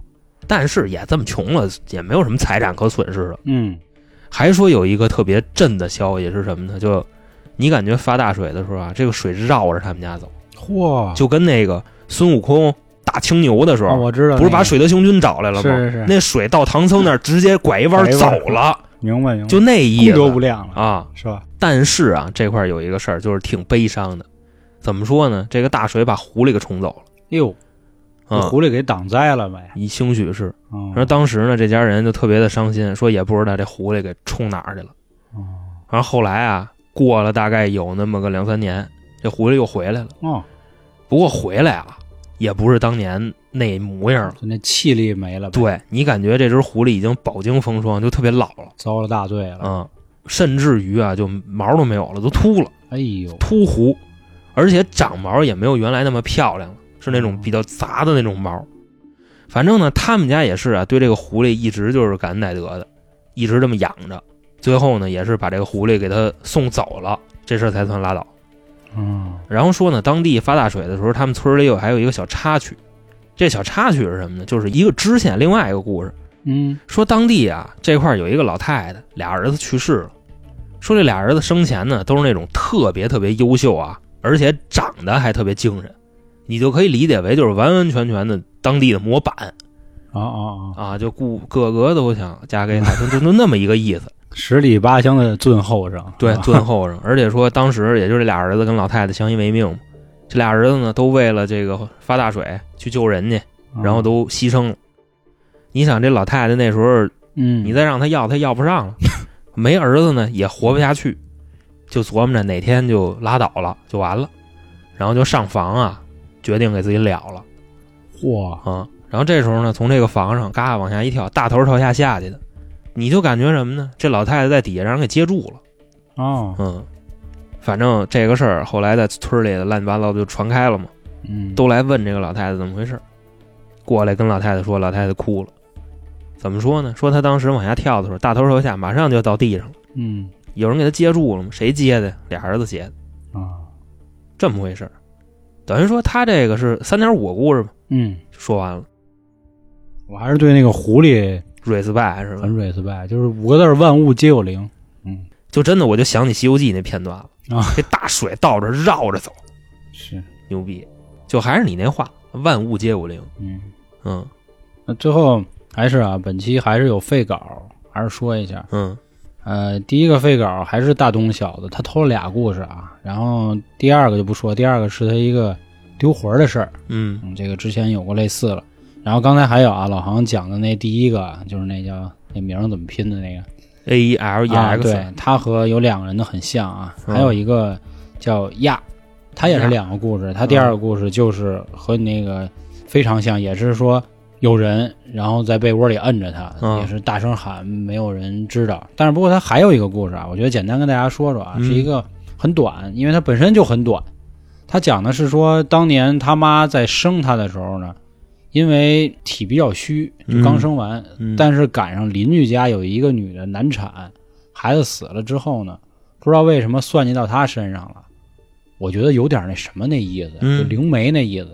S3: 但是也这么穷了，也没有什么财产可损失了。
S1: 嗯
S3: 还说有一个特别震的消息是什么呢？就你感觉发大水的时候啊，这个水绕着他们家走，
S1: 嚯，
S3: 就跟那个孙悟空打青牛的时
S1: 啊
S3: 候，
S1: 我知道那个，
S3: 不是把水德星君找来了吗？
S1: 是是是
S3: 那水到唐僧那儿直接拐一弯
S1: 拐一
S3: 走
S1: 弯
S3: 了，
S1: 明白明白，
S3: 就那意
S1: 功德嗯无
S3: 思
S1: 量了，
S3: 啊。
S1: 是吧？
S3: 但是啊，这块儿有一个事儿，就是挺悲伤的。怎么说呢？这个大水把狐狸给冲走
S1: 哟，
S3: 了，
S1: 这
S3: 嗯，
S1: 狐狸给挡灾了呗，
S3: 你兴许是。
S1: 嗯
S3: 然后当时呢，这家人就特别的伤心，说也不知道这狐狸给冲哪儿去了。
S1: 哦
S3: 然后后来啊，过了大概有那么个两三年，这狐狸又回来了。
S1: 哦，
S3: 不过回来啊，也不是当年那模样了。
S1: 就那气力没了呗，
S3: 对你感觉这只狐狸已经饱经风霜，就特别老了，
S1: 遭了大罪了，
S3: 嗯，甚至于啊，就毛都没有了，都秃了，
S1: 哎呦，
S3: 秃狐，而且长毛也没有原来那么漂亮了，是那种比较杂的那种毛。反正呢，他们家也是啊，对这个狐狸一直就是感恩戴德的，一直这么养着。最后呢，也是把这个狐狸给他送走了，这事儿才算拉倒。
S1: 嗯
S3: 然后说呢，当地发大水的时候，他们村里有还有一个小插曲，这小插曲是什么呢？就是一个支线，另外一个故事。
S1: 嗯
S3: 说当地啊这块儿有一个老太太，俩儿子去世了。说这俩儿子生前呢都是那种特别特别优秀啊，而且长得还特别精神，你就可以理解为就是完完全全的当地的模板
S1: 哦哦哦，
S3: 啊，就顾个个都想嫁给他，就就就那么一个意思。
S1: 十里八乡的尊后生，
S3: [LAUGHS] 对
S1: 是，
S3: [LAUGHS]
S1: 吧
S3: 尊后生。而且说当时也就这俩儿子跟老太太相依为命嘛，这俩儿子呢都为了这个发大水去救人去，
S1: 啊
S3: 然后都牺牲了。你想这老太太那时候
S1: 嗯，
S3: 你再让他要，他要不上了。没儿子呢，也活不下去，就琢磨着哪天就拉倒了，就完了。然后就上房啊，决定给自己了了啊
S1: 嚯
S3: 啊、然后这时候呢，从这个房上嘎往下一跳，大头朝下下去的。你就感觉什么呢？这老太太在底下让人给接住了。
S1: 哦，
S3: 嗯，反正这个事儿后来在村里乱七八糟就传开了嘛，
S1: 嗯，
S3: 都来问这个老太太怎么回事儿。过来跟老太太说，老太太哭了。怎么说呢？说她当时往下跳的时候，大头朝下，马上就到地上了。
S1: 嗯
S3: 有人给她接住了吗？谁接的？俩儿子接的，
S1: 啊，
S3: 这么回事儿。等于说她这个是三点五故事吧，
S1: 嗯，
S3: 就说完了。
S1: 我还是对那个狐狸
S3: respect 是吧
S1: 很？respect，就是五个字儿万物皆有灵。嗯，
S3: 就真的我就想起《西游记》那片段了
S1: 啊
S3: 这大水倒着绕着走，
S1: 是，
S3: 牛逼！就还是你那话，万物皆有灵。
S1: 嗯。
S3: 嗯
S1: 那最后还是啊，本期还是有废稿，还是说一下。
S3: 嗯
S1: 呃，第一个废稿还是大东小子，他偷了俩故事啊。然后第二个就不说，第二个是他一个丢魂儿的事儿，
S3: 嗯
S1: 嗯，这个之前有过类似了。然后刚才还有啊，老航讲的那第一个啊就是那叫那名儿怎么拼的那个
S3: ，A E L E
S1: 啊，
S3: X，、
S1: 对，他和有两个人的很像啊，
S3: 嗯
S1: 还有一个叫亚，他也是两个故事，他第二个故事就是和那个非常像，也是说有人然后在被窝里摁着他，
S3: 嗯
S1: 也是大声喊，没有人知道。但是不过他还有一个故事啊，我觉得简单跟大家说说啊，
S3: 嗯
S1: 是一个很短，因为它本身就很短。他讲的是说，当年他妈在生他的时候呢，因为体比较虚，就刚
S3: 嗯
S1: 生完，
S3: 嗯
S1: 但是赶上邻居家有一个女的难产，孩子死了之后呢，不知道为什么算计到她身上了。我觉得有点那什么那意思，
S3: 嗯
S1: 就灵媒那意思，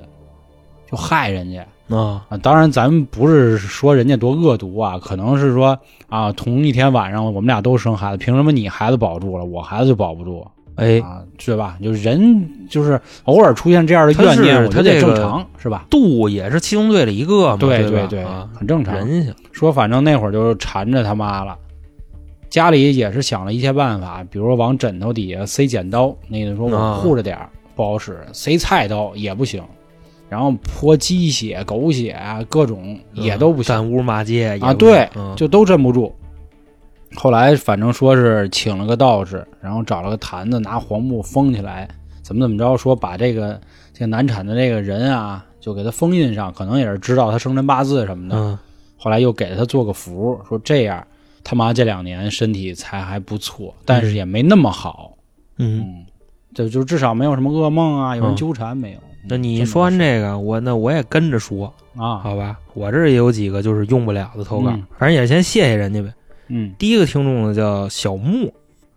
S1: 就害人家
S3: 啊
S1: 啊。当然，咱们不是说人家多恶毒啊，可能是说啊，同一天晚上我们俩都生孩子，凭什么你孩子保住了，我孩子就保不住
S3: 哎，
S1: 啊？是吧？就是人就是偶尔出现这样的
S3: 他
S1: 怨
S3: 是
S1: 念，我觉
S3: 他
S1: 得也
S3: 这
S1: 正
S3: 个啊
S1: 常，是吧？
S3: 杜也是七宗罪里一个嘛，
S1: 对
S3: 对吧
S1: 对，
S3: 啊，
S1: 很正常。
S3: 人性，
S1: 说反正那会儿就缠着他妈了，家里也是想了一些办法，比如说往枕头底下塞剪刀，那个说我
S3: 啊
S1: 护着点儿不好使，塞菜刀也不行，然后泼鸡血、狗血啊，各种
S3: 嗯
S1: 也都不行、
S3: 干屋骂街也
S1: 啊，
S3: 不行
S1: 对，
S3: 嗯
S1: 就都镇不住。后来反正说是请了个道士，然后找了个坛子，拿黄布封起来，怎么怎么着，说把这个这个难产的这个人啊，就给他封印上，可能也是知道他生辰八字什么的。
S3: 嗯
S1: 后来又给他做个符，说这样他妈这两年身体才还不错，但是也没那么好，
S3: 嗯。
S1: 就就至少没有什么噩梦啊，有人
S3: 嗯
S1: 纠缠没有？嗯
S3: 那你说完这个，我那我也跟着说，
S1: 这啊，
S3: 好吧？我这儿也有几个就是用不了的投稿，
S1: 嗯
S3: 反正也先谢谢人家呗。
S1: 嗯
S3: 第一个听众呢叫小莫，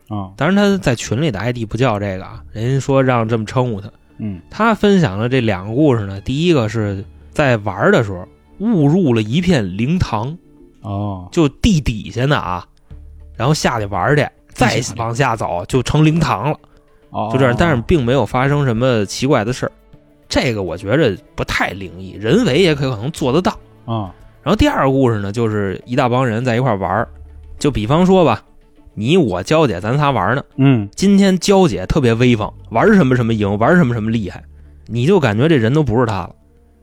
S1: 啊
S3: 当然他在群里的 ID 不叫这个啊，人家说让这么称呼他。
S1: 嗯
S3: 他分享的这两个故事呢，第一个是在玩的时候误入了一片灵堂，
S1: 哦
S3: 就地底下呢啊，然后下去玩去，再往下走就成灵堂了，
S1: 哦，
S3: 就这样。但是并没有发生什么奇怪的事儿，这个我觉着不太灵异，人为也可能做得到。
S1: 啊
S3: 然后第二个故事呢，就是一大帮人在一块儿玩儿，就比方说吧，你我娇姐咱仨玩儿呢。
S1: 嗯
S3: 今天娇姐特别威风，玩什么什么赢，玩什么什么厉害，你就感觉这人都不是她了。
S1: 啊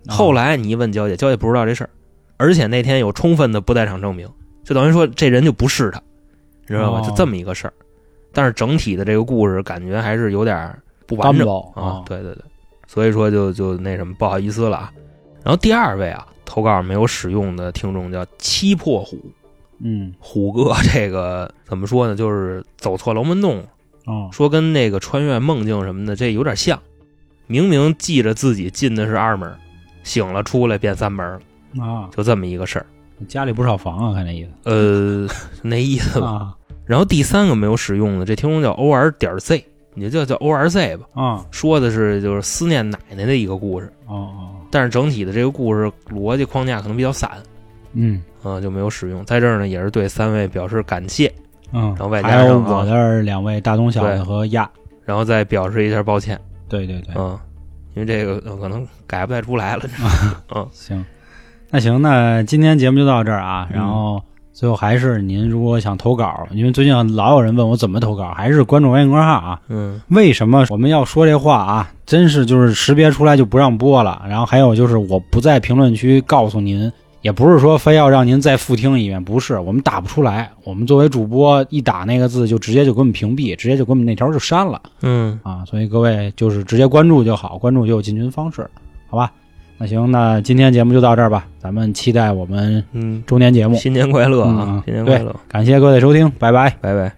S3: 后来你一问娇姐，娇姐不知道这事儿，而且那天有充分的不在场证明，就等于说这人就不是她，你知道吧？
S1: 哦
S3: 就这么一个事儿。但是整体的这个故事感觉还是有点儿不完
S1: 干
S3: 整
S1: 包
S3: 啊，，对对对，所以说就就那什么不好意思了啊。然后第二位啊，投稿没有使用的听众叫七破虎
S1: 嗯
S3: 虎哥， [LAUGHS] 这个怎么说呢？就是走错龙门洞了。
S1: 哦
S3: 说跟那个穿越梦境什么的这有点像，明明记着自己进的是二门，醒了出来变三门了，
S1: 啊，
S3: 就这么一个事儿。
S1: 家里不少房啊，看那
S3: [LAUGHS]
S1: 意思
S3: 呃，那意思吧。
S1: 啊
S3: 然后第三个没有使用的，这听众叫 O R 点 Z，你就叫 O R Z 吧。
S1: 啊
S3: 说的是就是思念奶奶的一个故事，
S1: 哦哦
S3: 但是整体的这个故事逻辑框架可能比较散，
S1: 嗯
S3: 啊、就没有使用。在这儿呢，也是对三位表示感谢，
S1: 嗯
S3: 然，后外加
S1: 还有
S3: 上啊
S1: 我这儿两位大东小
S3: 对
S1: 子和亚，
S3: 然后再表示一下抱歉，
S1: 对对对，
S3: 嗯，因为这个呃可能改不太出来了。
S1: 行，那行，那今天节目就到这儿啊。
S3: 嗯
S1: 然后最后还是您如果想投稿，因为最近老有人问我怎么投稿，还是关注微信公众号啊。
S3: 嗯
S1: 为什么我们要说这话啊？真是就是识别出来就不让播了。然后还有就是我不在评论区告诉您，也不是说非要让您再复听一遍，不是，我们打不出来。我们作为主播一打那个字就直接就给我们屏蔽，直接就给我们那条就删了。
S3: 嗯，
S1: 啊，所以各位就是直接关注就好，关注就有进群方式，好吧？那那行，那今天节目就到这儿吧，咱们期待我们
S3: 嗯，
S1: 周年节目，
S3: 新年快乐
S1: 嗯
S3: 啊，新年快乐，
S1: 感谢各位的收听，拜拜。
S3: 拜拜。